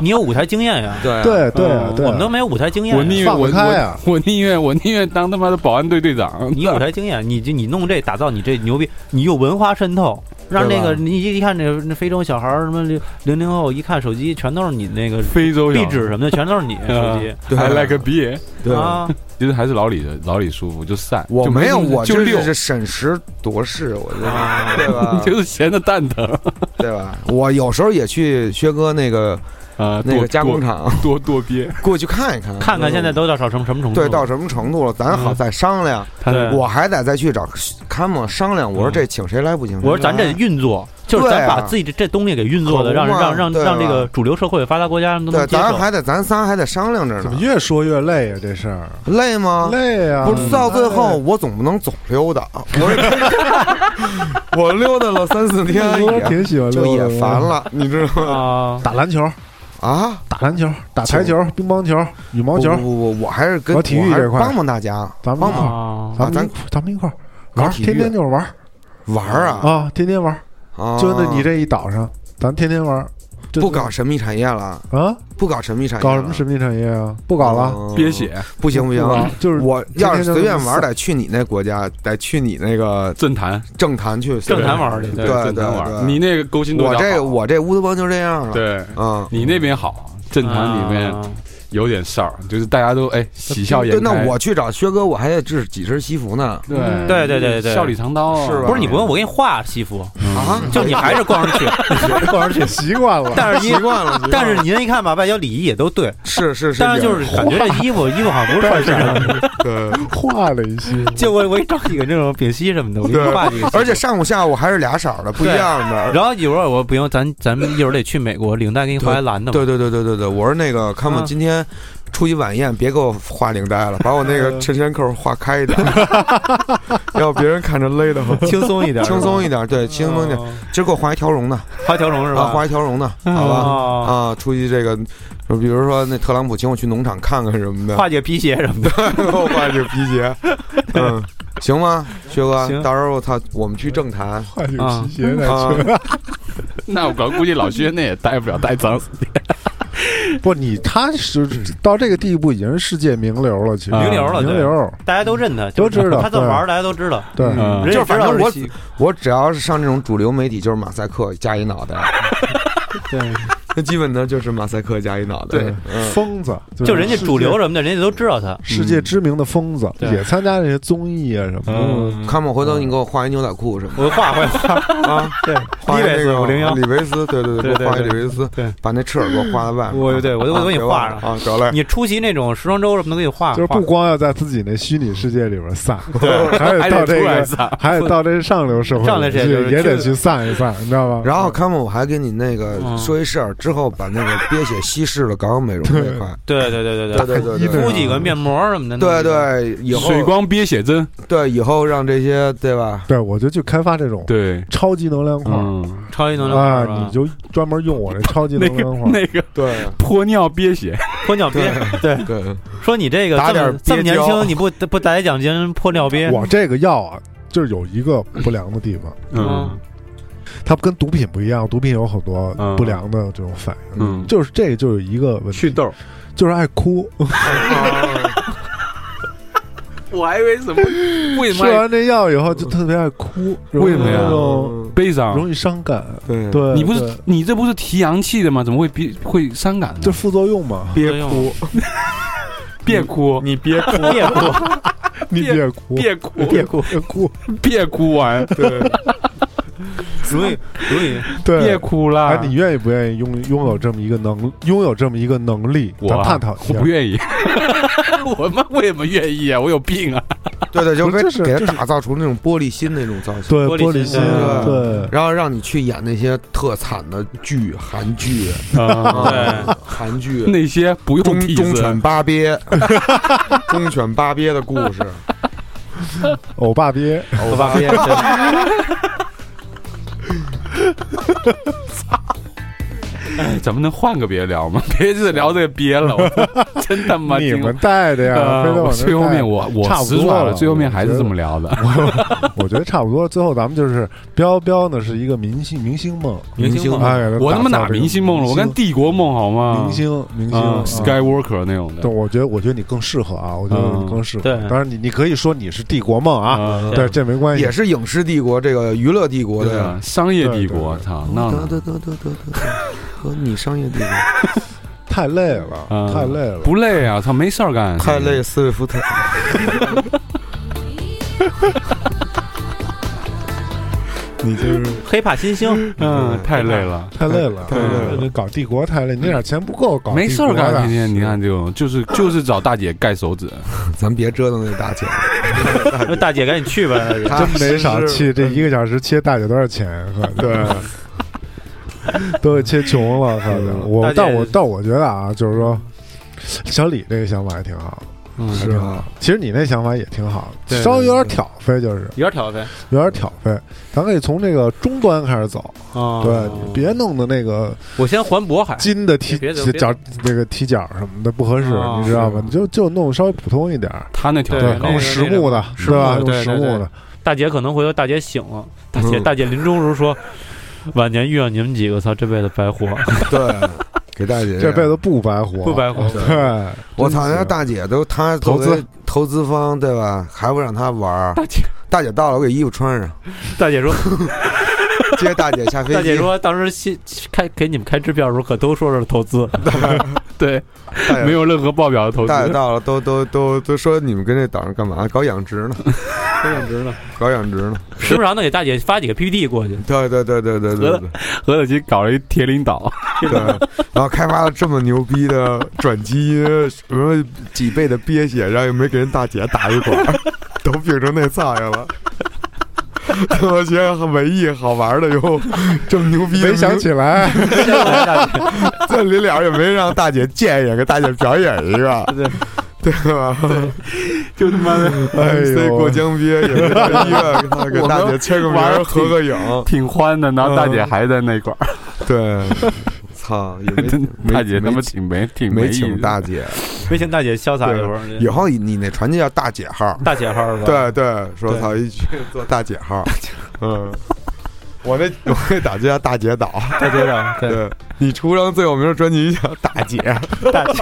Speaker 5: 你有舞台经验呀，
Speaker 4: 啊对啊
Speaker 3: 对对
Speaker 6: 嗯
Speaker 3: 对，
Speaker 5: 我们都没有舞台经验
Speaker 6: 我
Speaker 5: 呀，
Speaker 6: 宁愿我
Speaker 3: 放开啊
Speaker 6: 我我宁愿我宁愿当他妈的保安队队长。
Speaker 5: 你有舞台经验，你就你弄这打造你这牛逼，你有文化渗透，让
Speaker 4: 对
Speaker 5: 那
Speaker 4: 吧
Speaker 5: 个你一一看那那非洲小孩儿什么零零零后一看手机全都是你那个
Speaker 6: 非洲
Speaker 5: 壁
Speaker 6: 小
Speaker 5: 纸什么的全 都是你手机
Speaker 6: 对，I like a beer。
Speaker 4: 对
Speaker 5: 啊，
Speaker 6: 其实还是老李的，老李舒服就散，
Speaker 4: 我
Speaker 6: 就
Speaker 4: 没有，我
Speaker 6: 就
Speaker 4: 这
Speaker 6: 溜，
Speaker 4: 是审时度势，我觉 得，对吧？
Speaker 6: 就是闲的蛋疼。
Speaker 4: 对吧？我有时候也去薛哥那个
Speaker 6: 啊
Speaker 7: 呃，
Speaker 4: 那
Speaker 7: 多
Speaker 4: 个加工厂
Speaker 7: 多多憋，
Speaker 4: 过去看一看，
Speaker 5: 看看现在都到少成什么程度？嗯
Speaker 4: 对到什么程度了，咱好再商量。
Speaker 5: 对嗯
Speaker 4: 我还得再去找看嘛商量，我说这请谁来不行？
Speaker 5: 我说咱
Speaker 3: 嗯
Speaker 5: 这运作，就是咱
Speaker 4: 对啊
Speaker 5: 把自己这这东西给运作的，
Speaker 4: 可
Speaker 5: 让
Speaker 4: 不嘛
Speaker 5: 让让
Speaker 4: 对吧啊
Speaker 5: 让这个主流社会发达国家人都能
Speaker 4: 对，
Speaker 5: 接
Speaker 4: 咱
Speaker 5: 受。
Speaker 4: 还得咱仨还得商量着
Speaker 3: 怎
Speaker 4: 呢
Speaker 3: 么，越说越累啊？这事儿
Speaker 4: 累吗？
Speaker 3: 累啊！
Speaker 4: 不是到最后，我总不能总溜达，啊 我我溜达了三四天
Speaker 3: 我
Speaker 4: 也
Speaker 3: 挺喜欢
Speaker 4: 就
Speaker 3: 溜达的
Speaker 4: 也烦。了，你知道吗？
Speaker 5: 啊，
Speaker 3: 打篮球、
Speaker 4: 啊，
Speaker 3: 打篮球、打台球、乒乓球、羽毛球
Speaker 4: 不，不不，我还是跟
Speaker 3: 搞体育
Speaker 4: 我还是
Speaker 3: 这块儿
Speaker 4: 帮帮大家
Speaker 3: 咱们
Speaker 4: 帮
Speaker 3: 一
Speaker 4: 忙
Speaker 3: 块
Speaker 5: 啊
Speaker 3: 儿，咱们
Speaker 4: 啊
Speaker 3: 一咱们一块儿
Speaker 4: 搞
Speaker 3: 玩儿，
Speaker 4: 体育
Speaker 3: 天天就是玩儿
Speaker 4: 玩儿啊
Speaker 3: 啊，天天玩儿，
Speaker 4: 啊！
Speaker 3: 就在你这一岛上，咱天天玩儿。就
Speaker 4: 不搞神秘产业了，
Speaker 3: 啊？
Speaker 4: 不搞神秘产业了，
Speaker 3: 搞什么神秘产业啊？不搞了，
Speaker 4: 嗯
Speaker 7: 憋血，
Speaker 4: 不行不
Speaker 3: 不搞
Speaker 4: 行，
Speaker 3: 就是
Speaker 4: 我要
Speaker 3: 天
Speaker 4: 是
Speaker 3: 天就
Speaker 4: 随便
Speaker 3: 这么
Speaker 4: 玩儿，
Speaker 3: 散
Speaker 4: 得去你那国家，得去你那个
Speaker 6: 政坛，
Speaker 4: 政坛去。
Speaker 5: 政坛玩儿去，
Speaker 4: 对
Speaker 5: 对
Speaker 4: 对
Speaker 6: 政坛玩
Speaker 4: 对
Speaker 6: 儿，
Speaker 4: 对
Speaker 6: 你那个勾心斗角
Speaker 4: 我
Speaker 6: 好，
Speaker 4: 这个我这乌托邦就这样了。，
Speaker 6: 对
Speaker 4: 嗯，
Speaker 6: 你那边好，政坛里面
Speaker 5: 啊
Speaker 6: 有点事儿，就是大家都哎喜笑
Speaker 4: 对，
Speaker 6: 颜开。
Speaker 4: 那我去找薛哥，我还得制几身西服呢。
Speaker 6: 对
Speaker 5: 对对对对
Speaker 6: 笑里藏刀啊
Speaker 4: 是吧
Speaker 5: 不是你不用，我给你画西服，
Speaker 4: 啊，
Speaker 5: 嗯 就你还是逛上去，
Speaker 3: 逛而且习惯 了。
Speaker 5: 但是您
Speaker 4: 习 惯了，习惯了
Speaker 5: 但是您一看吧，外交礼仪也都对，
Speaker 4: 是是是，
Speaker 5: 但是就是感觉这衣服衣服好像不是穿身上的，
Speaker 4: 对
Speaker 3: 画了一些，
Speaker 5: 就我我给你找几个那种丙烯什么的，我给你
Speaker 4: 对
Speaker 5: 画几个，
Speaker 4: 而且。上午下午还是俩色儿的，不一样的。
Speaker 5: 然后一会儿我不行，咱咱们一会儿得去美国，领带给你画一蓝的嘛。
Speaker 4: 对对对对对对，我说那个看
Speaker 5: 嗯
Speaker 4: 们今天出席晚宴，别给我画领带了，把我那个
Speaker 5: 嗯
Speaker 4: 衬衫扣画开一点， 要别人看着勒得慌。
Speaker 5: 轻松一 点，
Speaker 4: 轻松一点，对，轻松一点。
Speaker 5: 点，
Speaker 4: 今儿给我画一条绒的，
Speaker 5: 画哦条龙是
Speaker 4: 啊，
Speaker 5: 吧？
Speaker 4: 画一条绒的，
Speaker 5: 嗯
Speaker 4: 好吧？
Speaker 5: 吧，
Speaker 4: 啊，出席这个，就比如说那特朗普请我去农场看看什么的，
Speaker 5: 画几个皮鞋什么的。
Speaker 4: 我画这皮鞋， 嗯，行吗，薛哥？
Speaker 5: 行
Speaker 4: 到时候我操，我们去政坛
Speaker 3: 换有
Speaker 5: 啊
Speaker 3: 皮鞋再
Speaker 4: 啊
Speaker 3: 去。
Speaker 6: 那我搞估计老薛那也待不了太长时间。
Speaker 3: 不，你他是到这个地步已经是世界名流了，其实
Speaker 5: 啊名流了
Speaker 3: 名
Speaker 5: 对
Speaker 3: 流。
Speaker 5: 大家都认他，
Speaker 3: 都知道
Speaker 5: 他这么玩儿，大家都知道。
Speaker 3: 对，
Speaker 6: 嗯
Speaker 5: 人也
Speaker 4: 就是
Speaker 5: 知
Speaker 4: 反
Speaker 5: 道
Speaker 4: 正我
Speaker 5: 是西
Speaker 4: 我只要是上这种主流媒体，就是马赛克加一脑袋，
Speaker 5: 对，
Speaker 4: 那基本的就是马赛克加一脑袋。
Speaker 3: 对
Speaker 4: 嗯
Speaker 3: 疯子
Speaker 5: 就人家
Speaker 3: 世界
Speaker 5: 主流什么的，人家都知道他。
Speaker 3: 世界知名的疯子，
Speaker 5: 对
Speaker 3: 也参加那些综艺啊什么
Speaker 5: 嗯，
Speaker 4: 看吧，回头你给我画一牛仔裤什么
Speaker 5: 我画画画，
Speaker 4: 的啊？
Speaker 5: 对，
Speaker 4: 画一
Speaker 5: 李
Speaker 4: 那
Speaker 5: 维斯
Speaker 4: 个
Speaker 5: 五零幺
Speaker 4: 李，维斯，对对
Speaker 5: 对
Speaker 4: 给我画一
Speaker 5: 对
Speaker 4: 李
Speaker 5: 对
Speaker 4: 维斯，
Speaker 5: 对，
Speaker 4: 把那翅膀给我画在外面。
Speaker 5: 我对我都我都给你
Speaker 4: 啊
Speaker 5: 画上
Speaker 4: 啊，得嘞。
Speaker 5: 你出席那种时装周什么的，给你画，
Speaker 3: 的，就是不
Speaker 5: 画
Speaker 3: 光要在自己那虚拟世界里边散， 还得
Speaker 6: 还
Speaker 3: 到
Speaker 6: 得
Speaker 3: 这
Speaker 6: 出来
Speaker 3: 个，
Speaker 6: 撒
Speaker 3: 还得到这上流社会，
Speaker 5: 上流社会
Speaker 3: 去也得
Speaker 5: 就是
Speaker 3: 去散一散，你知道吗？
Speaker 4: 然后康姆，我还给你那个
Speaker 5: 嗯
Speaker 4: 说一事儿，之后把那个憋血稀释了搞搞美容这块，
Speaker 5: 对对对对
Speaker 4: 对对对对，
Speaker 5: 敷几个面膜什么的。
Speaker 4: 对
Speaker 5: 弄
Speaker 4: 对，以后
Speaker 6: 水光憋血针，
Speaker 4: 对以后让这些对吧？
Speaker 3: 对，我就去开发这种
Speaker 6: 对，
Speaker 3: 超级能量块。
Speaker 6: 嗯，
Speaker 5: 几个超级能量
Speaker 3: 啊，
Speaker 5: 块儿
Speaker 3: 你就专门用我这超级能量块，
Speaker 6: 那个
Speaker 4: 对
Speaker 6: 泼尿憋血，
Speaker 5: 泼尿憋， 对，
Speaker 4: 对，
Speaker 5: 说你这个
Speaker 4: 打
Speaker 5: 这
Speaker 4: 点
Speaker 5: 么这么
Speaker 4: 憋
Speaker 5: 年
Speaker 4: 娇
Speaker 5: 轻，你不不打一奖金泼尿憋，
Speaker 3: 我这个药啊，就是有一个不良的地方，
Speaker 6: 嗯
Speaker 3: 它跟毒品不一样，毒品有很多
Speaker 6: 嗯
Speaker 3: 不良的这种反应，
Speaker 6: 嗯，
Speaker 3: 就是这就有一个问题，
Speaker 6: 痘，
Speaker 3: 就是爱哭，
Speaker 6: 我还以为什么？为
Speaker 3: 吃完这药以后就特别爱哭，
Speaker 6: 嗯为什么
Speaker 3: 容
Speaker 6: 呀
Speaker 3: 易那种
Speaker 6: 悲伤？
Speaker 3: 容易伤感，
Speaker 4: 对
Speaker 3: 对，
Speaker 6: 你不是
Speaker 3: 对
Speaker 6: 你这不是提阳气的吗？怎么会憋会伤感呢？
Speaker 3: 就副作用嘛？
Speaker 5: 憋哭，
Speaker 6: 别哭，
Speaker 7: 你憋哭，
Speaker 5: 憋哭，
Speaker 3: 你别哭，
Speaker 6: 别哭，
Speaker 3: 别哭，别哭，
Speaker 6: 别哭啊完，
Speaker 5: 容易容易
Speaker 6: 别
Speaker 3: 对。
Speaker 6: 哭啊啦！
Speaker 3: 哎，你愿意不愿意拥拥有这么一个能拥有这么一个能力？
Speaker 6: 我
Speaker 3: 咱
Speaker 6: 啊
Speaker 3: 探讨一
Speaker 6: 我
Speaker 3: 下
Speaker 6: 不。愿 意，我妈为什么愿意啊？我有病啊！
Speaker 4: 对对，就
Speaker 3: 不是
Speaker 4: 给
Speaker 3: 这是
Speaker 4: 给
Speaker 3: 这
Speaker 4: 他打造出那种玻璃心那种造型，
Speaker 3: 对，
Speaker 5: 玻璃
Speaker 3: 玻璃
Speaker 5: 心
Speaker 3: 心，
Speaker 6: 啊
Speaker 4: 对
Speaker 3: 对，
Speaker 4: 然后让你去演那些特惨的剧，韩剧，啊，韩剧。
Speaker 6: 那些不用
Speaker 4: 忠
Speaker 6: 替
Speaker 4: 忠
Speaker 6: 身
Speaker 4: 犬，八 鳖，忠犬八鳖的故事，
Speaker 3: 欧巴鳖，
Speaker 4: 欧巴鳖，
Speaker 6: 哎咱们能换个别聊吗？ 别一直聊这个憋 了，我真他妈
Speaker 3: 你
Speaker 6: 听
Speaker 3: 们带的呀？非
Speaker 6: 呃
Speaker 3: 得
Speaker 6: 我
Speaker 3: 往这
Speaker 6: 最后
Speaker 3: 带
Speaker 6: 面我我
Speaker 3: 差不
Speaker 6: 直
Speaker 3: 多
Speaker 6: 转
Speaker 3: 了
Speaker 6: 最后面
Speaker 3: 我
Speaker 6: 还
Speaker 3: 觉
Speaker 6: 是这
Speaker 3: 得
Speaker 6: 么聊的。
Speaker 3: 我觉得差不多。最后咱们就是彪彪呢是一个明星明星梦，
Speaker 4: 明星梦
Speaker 3: 哎，
Speaker 6: 我他妈
Speaker 3: 打造
Speaker 6: 哪
Speaker 3: 这个
Speaker 6: 明星梦了？我跟帝国梦好吗？
Speaker 3: 明星明星
Speaker 6: 啊
Speaker 3: 啊
Speaker 6: ，Skywalker 那种
Speaker 3: 对，
Speaker 6: 的。
Speaker 3: 我觉得我觉得你更适合啊，我觉得你更适合。
Speaker 5: 嗯对
Speaker 3: 当然你你可以说你是帝国梦啊，
Speaker 6: 啊
Speaker 3: 对，这没关系
Speaker 4: 也。是影视帝国这个娱乐帝国
Speaker 6: 对
Speaker 4: 的
Speaker 6: 啊，商业帝国，操，闹
Speaker 4: 得
Speaker 6: 呢
Speaker 4: 得得得得得，和你商业帝 国
Speaker 3: 太累了，
Speaker 6: 啊
Speaker 3: 太累了。
Speaker 6: 不累啊？操，没事儿干，
Speaker 4: 太累，斯威 夫特。
Speaker 10: 你就是
Speaker 5: 黑怕新星，
Speaker 6: 嗯，太累
Speaker 4: 哎
Speaker 6: 了。
Speaker 3: 太累了，
Speaker 10: 太累了
Speaker 3: 嗯搞帝国太累，你那点钱不够搞帝国的。
Speaker 6: 没事儿
Speaker 4: 啊
Speaker 6: 干，天天你看这种，就是就是找大姐盖手指，
Speaker 10: 咱别折腾那大姐，
Speaker 5: 说大姐赶紧去吧。
Speaker 10: 她
Speaker 3: 哎
Speaker 5: 啊
Speaker 3: 真没少
Speaker 10: 是
Speaker 3: 气，这一个小时切大姐多少钱？对， 都给切穷了，反正我，
Speaker 5: 大姐
Speaker 3: 但我但我觉得啊，就是说，小李这个想法也挺好，
Speaker 6: 嗯
Speaker 3: 还挺好。其实你那想法也挺好，
Speaker 5: 对对
Speaker 3: 稍微有点挑费，就是
Speaker 5: 有点挑费
Speaker 3: 有点挑费。咱可以从这个终端开始走，
Speaker 5: 啊！
Speaker 3: 对，你别弄的那个
Speaker 5: 我先环渤海，
Speaker 3: 金的踢
Speaker 5: 哎别别别
Speaker 3: 脚那个踢脚什么的不合适，
Speaker 5: 哦
Speaker 3: 你知道吗？你就就弄稍微普通一点儿，
Speaker 6: 他那条
Speaker 5: 对
Speaker 6: 件
Speaker 5: 那
Speaker 6: 高
Speaker 5: 个
Speaker 3: 用实木的，
Speaker 5: 实
Speaker 3: 对吧？
Speaker 5: 木的
Speaker 3: 用
Speaker 5: 对
Speaker 3: 实
Speaker 5: 对
Speaker 3: 木
Speaker 5: 对
Speaker 3: 的，
Speaker 5: 大姐可能回头大姐醒了，大姐
Speaker 10: 嗯
Speaker 5: 大姐临终时候说，晚年遇上你们几个，操，这辈子白活，
Speaker 4: 啊
Speaker 10: 对，给大姐
Speaker 3: 这辈子不白活，
Speaker 5: 不白活。
Speaker 3: 哦对，
Speaker 4: 我操，
Speaker 3: 真
Speaker 4: 人
Speaker 3: 是
Speaker 4: 家大姐都她
Speaker 3: 投
Speaker 4: 作为
Speaker 3: 资
Speaker 4: 投资方对吧？还不让她玩儿
Speaker 5: 大姐
Speaker 4: 大姐到了，我给衣服穿上，
Speaker 5: 大姐说，
Speaker 4: 接大姐下飞机。
Speaker 5: 大姐说，当时新开给你们开支票的时候，可都说是投资，
Speaker 6: 对，
Speaker 4: 大
Speaker 6: 没
Speaker 4: 姐
Speaker 6: 有任何报表的投
Speaker 4: 大姐
Speaker 6: 资，
Speaker 4: 到了，都都都都说你们跟这岛上干嘛？搞养殖呢？
Speaker 5: 都养殖呢。
Speaker 4: 搞养殖呢？
Speaker 5: 时不常的给大姐发几个 PPT 过去，
Speaker 4: 对对对对对对对
Speaker 6: 何乐基搞了一铁岭岛，
Speaker 4: 对。然后开发了这么牛逼的转基因，什么几倍的鳖血，然后又没给人大姐打一管儿，都病成那苍蝇了。 我觉得很文艺好玩的哟，这么牛逼的
Speaker 3: 没想
Speaker 4: 名
Speaker 3: 起来，
Speaker 4: 这临了也没让大姐见一个，给大姐表演一个，对吧？
Speaker 6: 就他妈 的
Speaker 3: 哎
Speaker 4: 哎，所以过
Speaker 3: 呦，
Speaker 4: 江鳖也是到医院给她 给大姐签个名
Speaker 6: 玩
Speaker 4: 儿
Speaker 6: 儿
Speaker 4: 合个影，
Speaker 6: 挺欢的，然后大姐还在那块儿，
Speaker 4: 对， 操，也嗯没
Speaker 6: 大姐
Speaker 4: 没
Speaker 6: 他妈挺没挺
Speaker 4: 没
Speaker 6: 意思
Speaker 4: 请大姐，
Speaker 5: 微信大姐潇洒一会儿。
Speaker 4: 以后你那传奇叫大姐号，
Speaker 5: 大姐号是吧？
Speaker 4: 对对，说
Speaker 5: 对
Speaker 4: 操一 去做大姐号，嗯，我那我那打就叫大姐岛，
Speaker 5: 大姐长，对，
Speaker 4: 对，你出张最有名的专辑叫《大姐》，
Speaker 5: 大 姐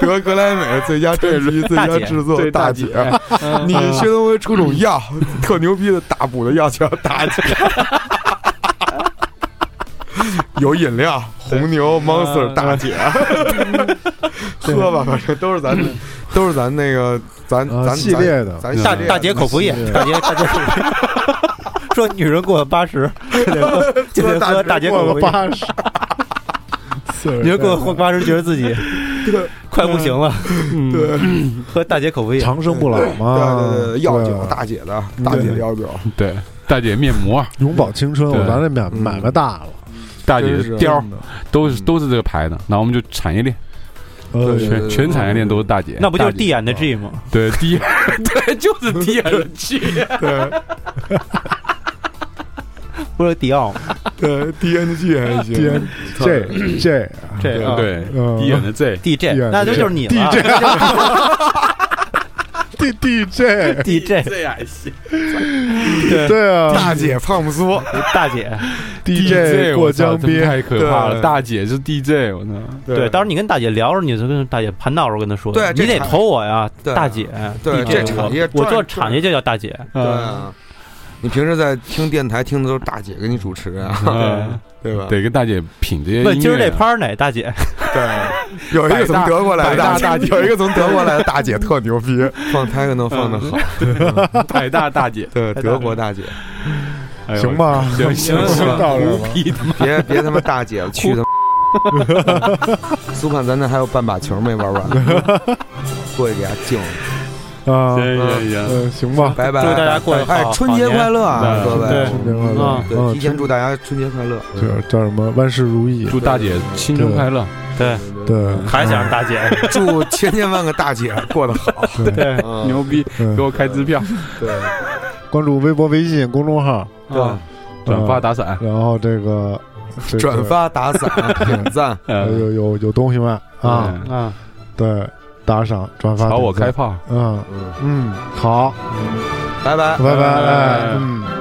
Speaker 4: 得格莱美最佳专辑、最
Speaker 5: 大姐
Speaker 4: 佳制作
Speaker 6: 对
Speaker 4: 大
Speaker 6: 姐
Speaker 4: 姐。你薛东辉出种药，特牛逼的大补的药叫大姐。有饮料，红牛、Monster 大姐，喝吧，反正都是咱，都是咱那个，咱
Speaker 3: 啊
Speaker 4: 咱
Speaker 3: 系列的
Speaker 4: 咱咱
Speaker 5: 哎大
Speaker 4: 系列
Speaker 5: 大姐口服液，大姐大姐口服液。嗯 说女人过了八十就得喝，就得喝大姐
Speaker 3: 过
Speaker 5: 口
Speaker 3: 了
Speaker 5: 服液。
Speaker 3: 八十，
Speaker 5: 女人过了八十，觉得自己快不行了，嗯对，喝大姐口服液。
Speaker 3: 长生不老嘛，
Speaker 4: 对对对，药酒
Speaker 3: 啊
Speaker 4: 大姐的，大姐药酒，
Speaker 6: 对，大姐面膜，
Speaker 3: 永葆青春，我
Speaker 6: 对
Speaker 3: 咱这买买卖大了，
Speaker 6: 大姐
Speaker 4: 真是嗯
Speaker 6: 貂儿
Speaker 4: 真的
Speaker 6: 都是都是这个牌的，然后我们就产业链，
Speaker 3: 呃
Speaker 4: 对
Speaker 6: 全全产业链都是大姐，
Speaker 5: 那不就是
Speaker 6: 大
Speaker 5: D
Speaker 6: 姐啊
Speaker 5: 眼的 G 吗？
Speaker 6: 对 D，对，就是 D 的 G，
Speaker 5: 不是迪奥吗？
Speaker 4: 对，DNG 还行
Speaker 3: ，D J J
Speaker 5: 这
Speaker 6: 对
Speaker 5: 啊
Speaker 6: 对
Speaker 3: 嗯
Speaker 6: ，D 的 Z，
Speaker 5: DJ，
Speaker 3: DN
Speaker 5: 那就就是你了。
Speaker 3: D D J，
Speaker 5: DJ
Speaker 3: 对啊
Speaker 4: 大姐胖不缩，
Speaker 5: 大姐，
Speaker 3: ，D J 过江边，
Speaker 6: 太可怕了，
Speaker 4: 对
Speaker 6: 大姐是 DJ，我操，
Speaker 5: 对，到时候你跟大姐聊时候，你就跟大姐盘道时候跟她说，
Speaker 4: 对这
Speaker 5: 你得
Speaker 4: 产
Speaker 5: 投我呀，
Speaker 4: 对
Speaker 5: 大姐。
Speaker 4: 对
Speaker 5: DJ
Speaker 4: 这产业
Speaker 5: 我
Speaker 4: 赚
Speaker 5: 做产业就叫大姐，
Speaker 4: 对啊。你平时在听电台听的都是大姐给你主持啊，
Speaker 6: 嗯
Speaker 4: 对吧？
Speaker 6: 得跟大姐品这些音乐啊。
Speaker 5: 问今儿这拍儿哪大姐？
Speaker 4: 对，有一个
Speaker 6: 百
Speaker 4: 从
Speaker 6: 大
Speaker 4: 德国来的
Speaker 6: 百大
Speaker 4: 大姐，有一个从德国来的大姐特牛逼，放 techno 放的好，
Speaker 6: 百大大姐，
Speaker 4: 对，德国大姐，
Speaker 6: 哎呦
Speaker 3: 行？吧，
Speaker 6: 行行
Speaker 3: 行到这儿吧
Speaker 6: 屁他妈
Speaker 4: 别别他妈大姐了，去他妈！苏盼，咱那还有半把球没玩完，过去给他敬了，
Speaker 3: 啊，
Speaker 6: 行行行，
Speaker 3: 嗯，行吧，
Speaker 4: 拜拜！
Speaker 5: 祝大家过一好
Speaker 4: 哎，春节快乐啊，各
Speaker 6: 好年
Speaker 4: 位！
Speaker 3: 新年嗯快乐
Speaker 5: 啊，
Speaker 4: 嗯对，提前祝大家春节快乐。
Speaker 3: 这叫什么？万事如意，
Speaker 6: 祝大姐新春快乐，
Speaker 5: 对，
Speaker 3: 对
Speaker 5: 还想让大 姐。
Speaker 4: 祝千千万个大姐过得好。
Speaker 3: 对，
Speaker 6: 对，牛逼，
Speaker 3: 嗯
Speaker 6: 给我开支票，
Speaker 4: 对，
Speaker 3: 关注微博、微信公众号，
Speaker 6: 啊，转发打伞，
Speaker 3: 然后这个这个
Speaker 4: 转发、打伞、点赞，
Speaker 3: 呃
Speaker 6: 嗯，
Speaker 3: 有有有东西卖啊，
Speaker 6: 嗯
Speaker 5: 啊，
Speaker 3: 对，打赏、转发，
Speaker 6: 朝我
Speaker 3: 点
Speaker 6: 开
Speaker 3: 赞，
Speaker 6: 炮。
Speaker 3: 嗯
Speaker 4: 嗯，
Speaker 3: 嗯，好，
Speaker 4: 拜拜。
Speaker 3: 拜拜，
Speaker 6: 拜
Speaker 3: 哎嗯。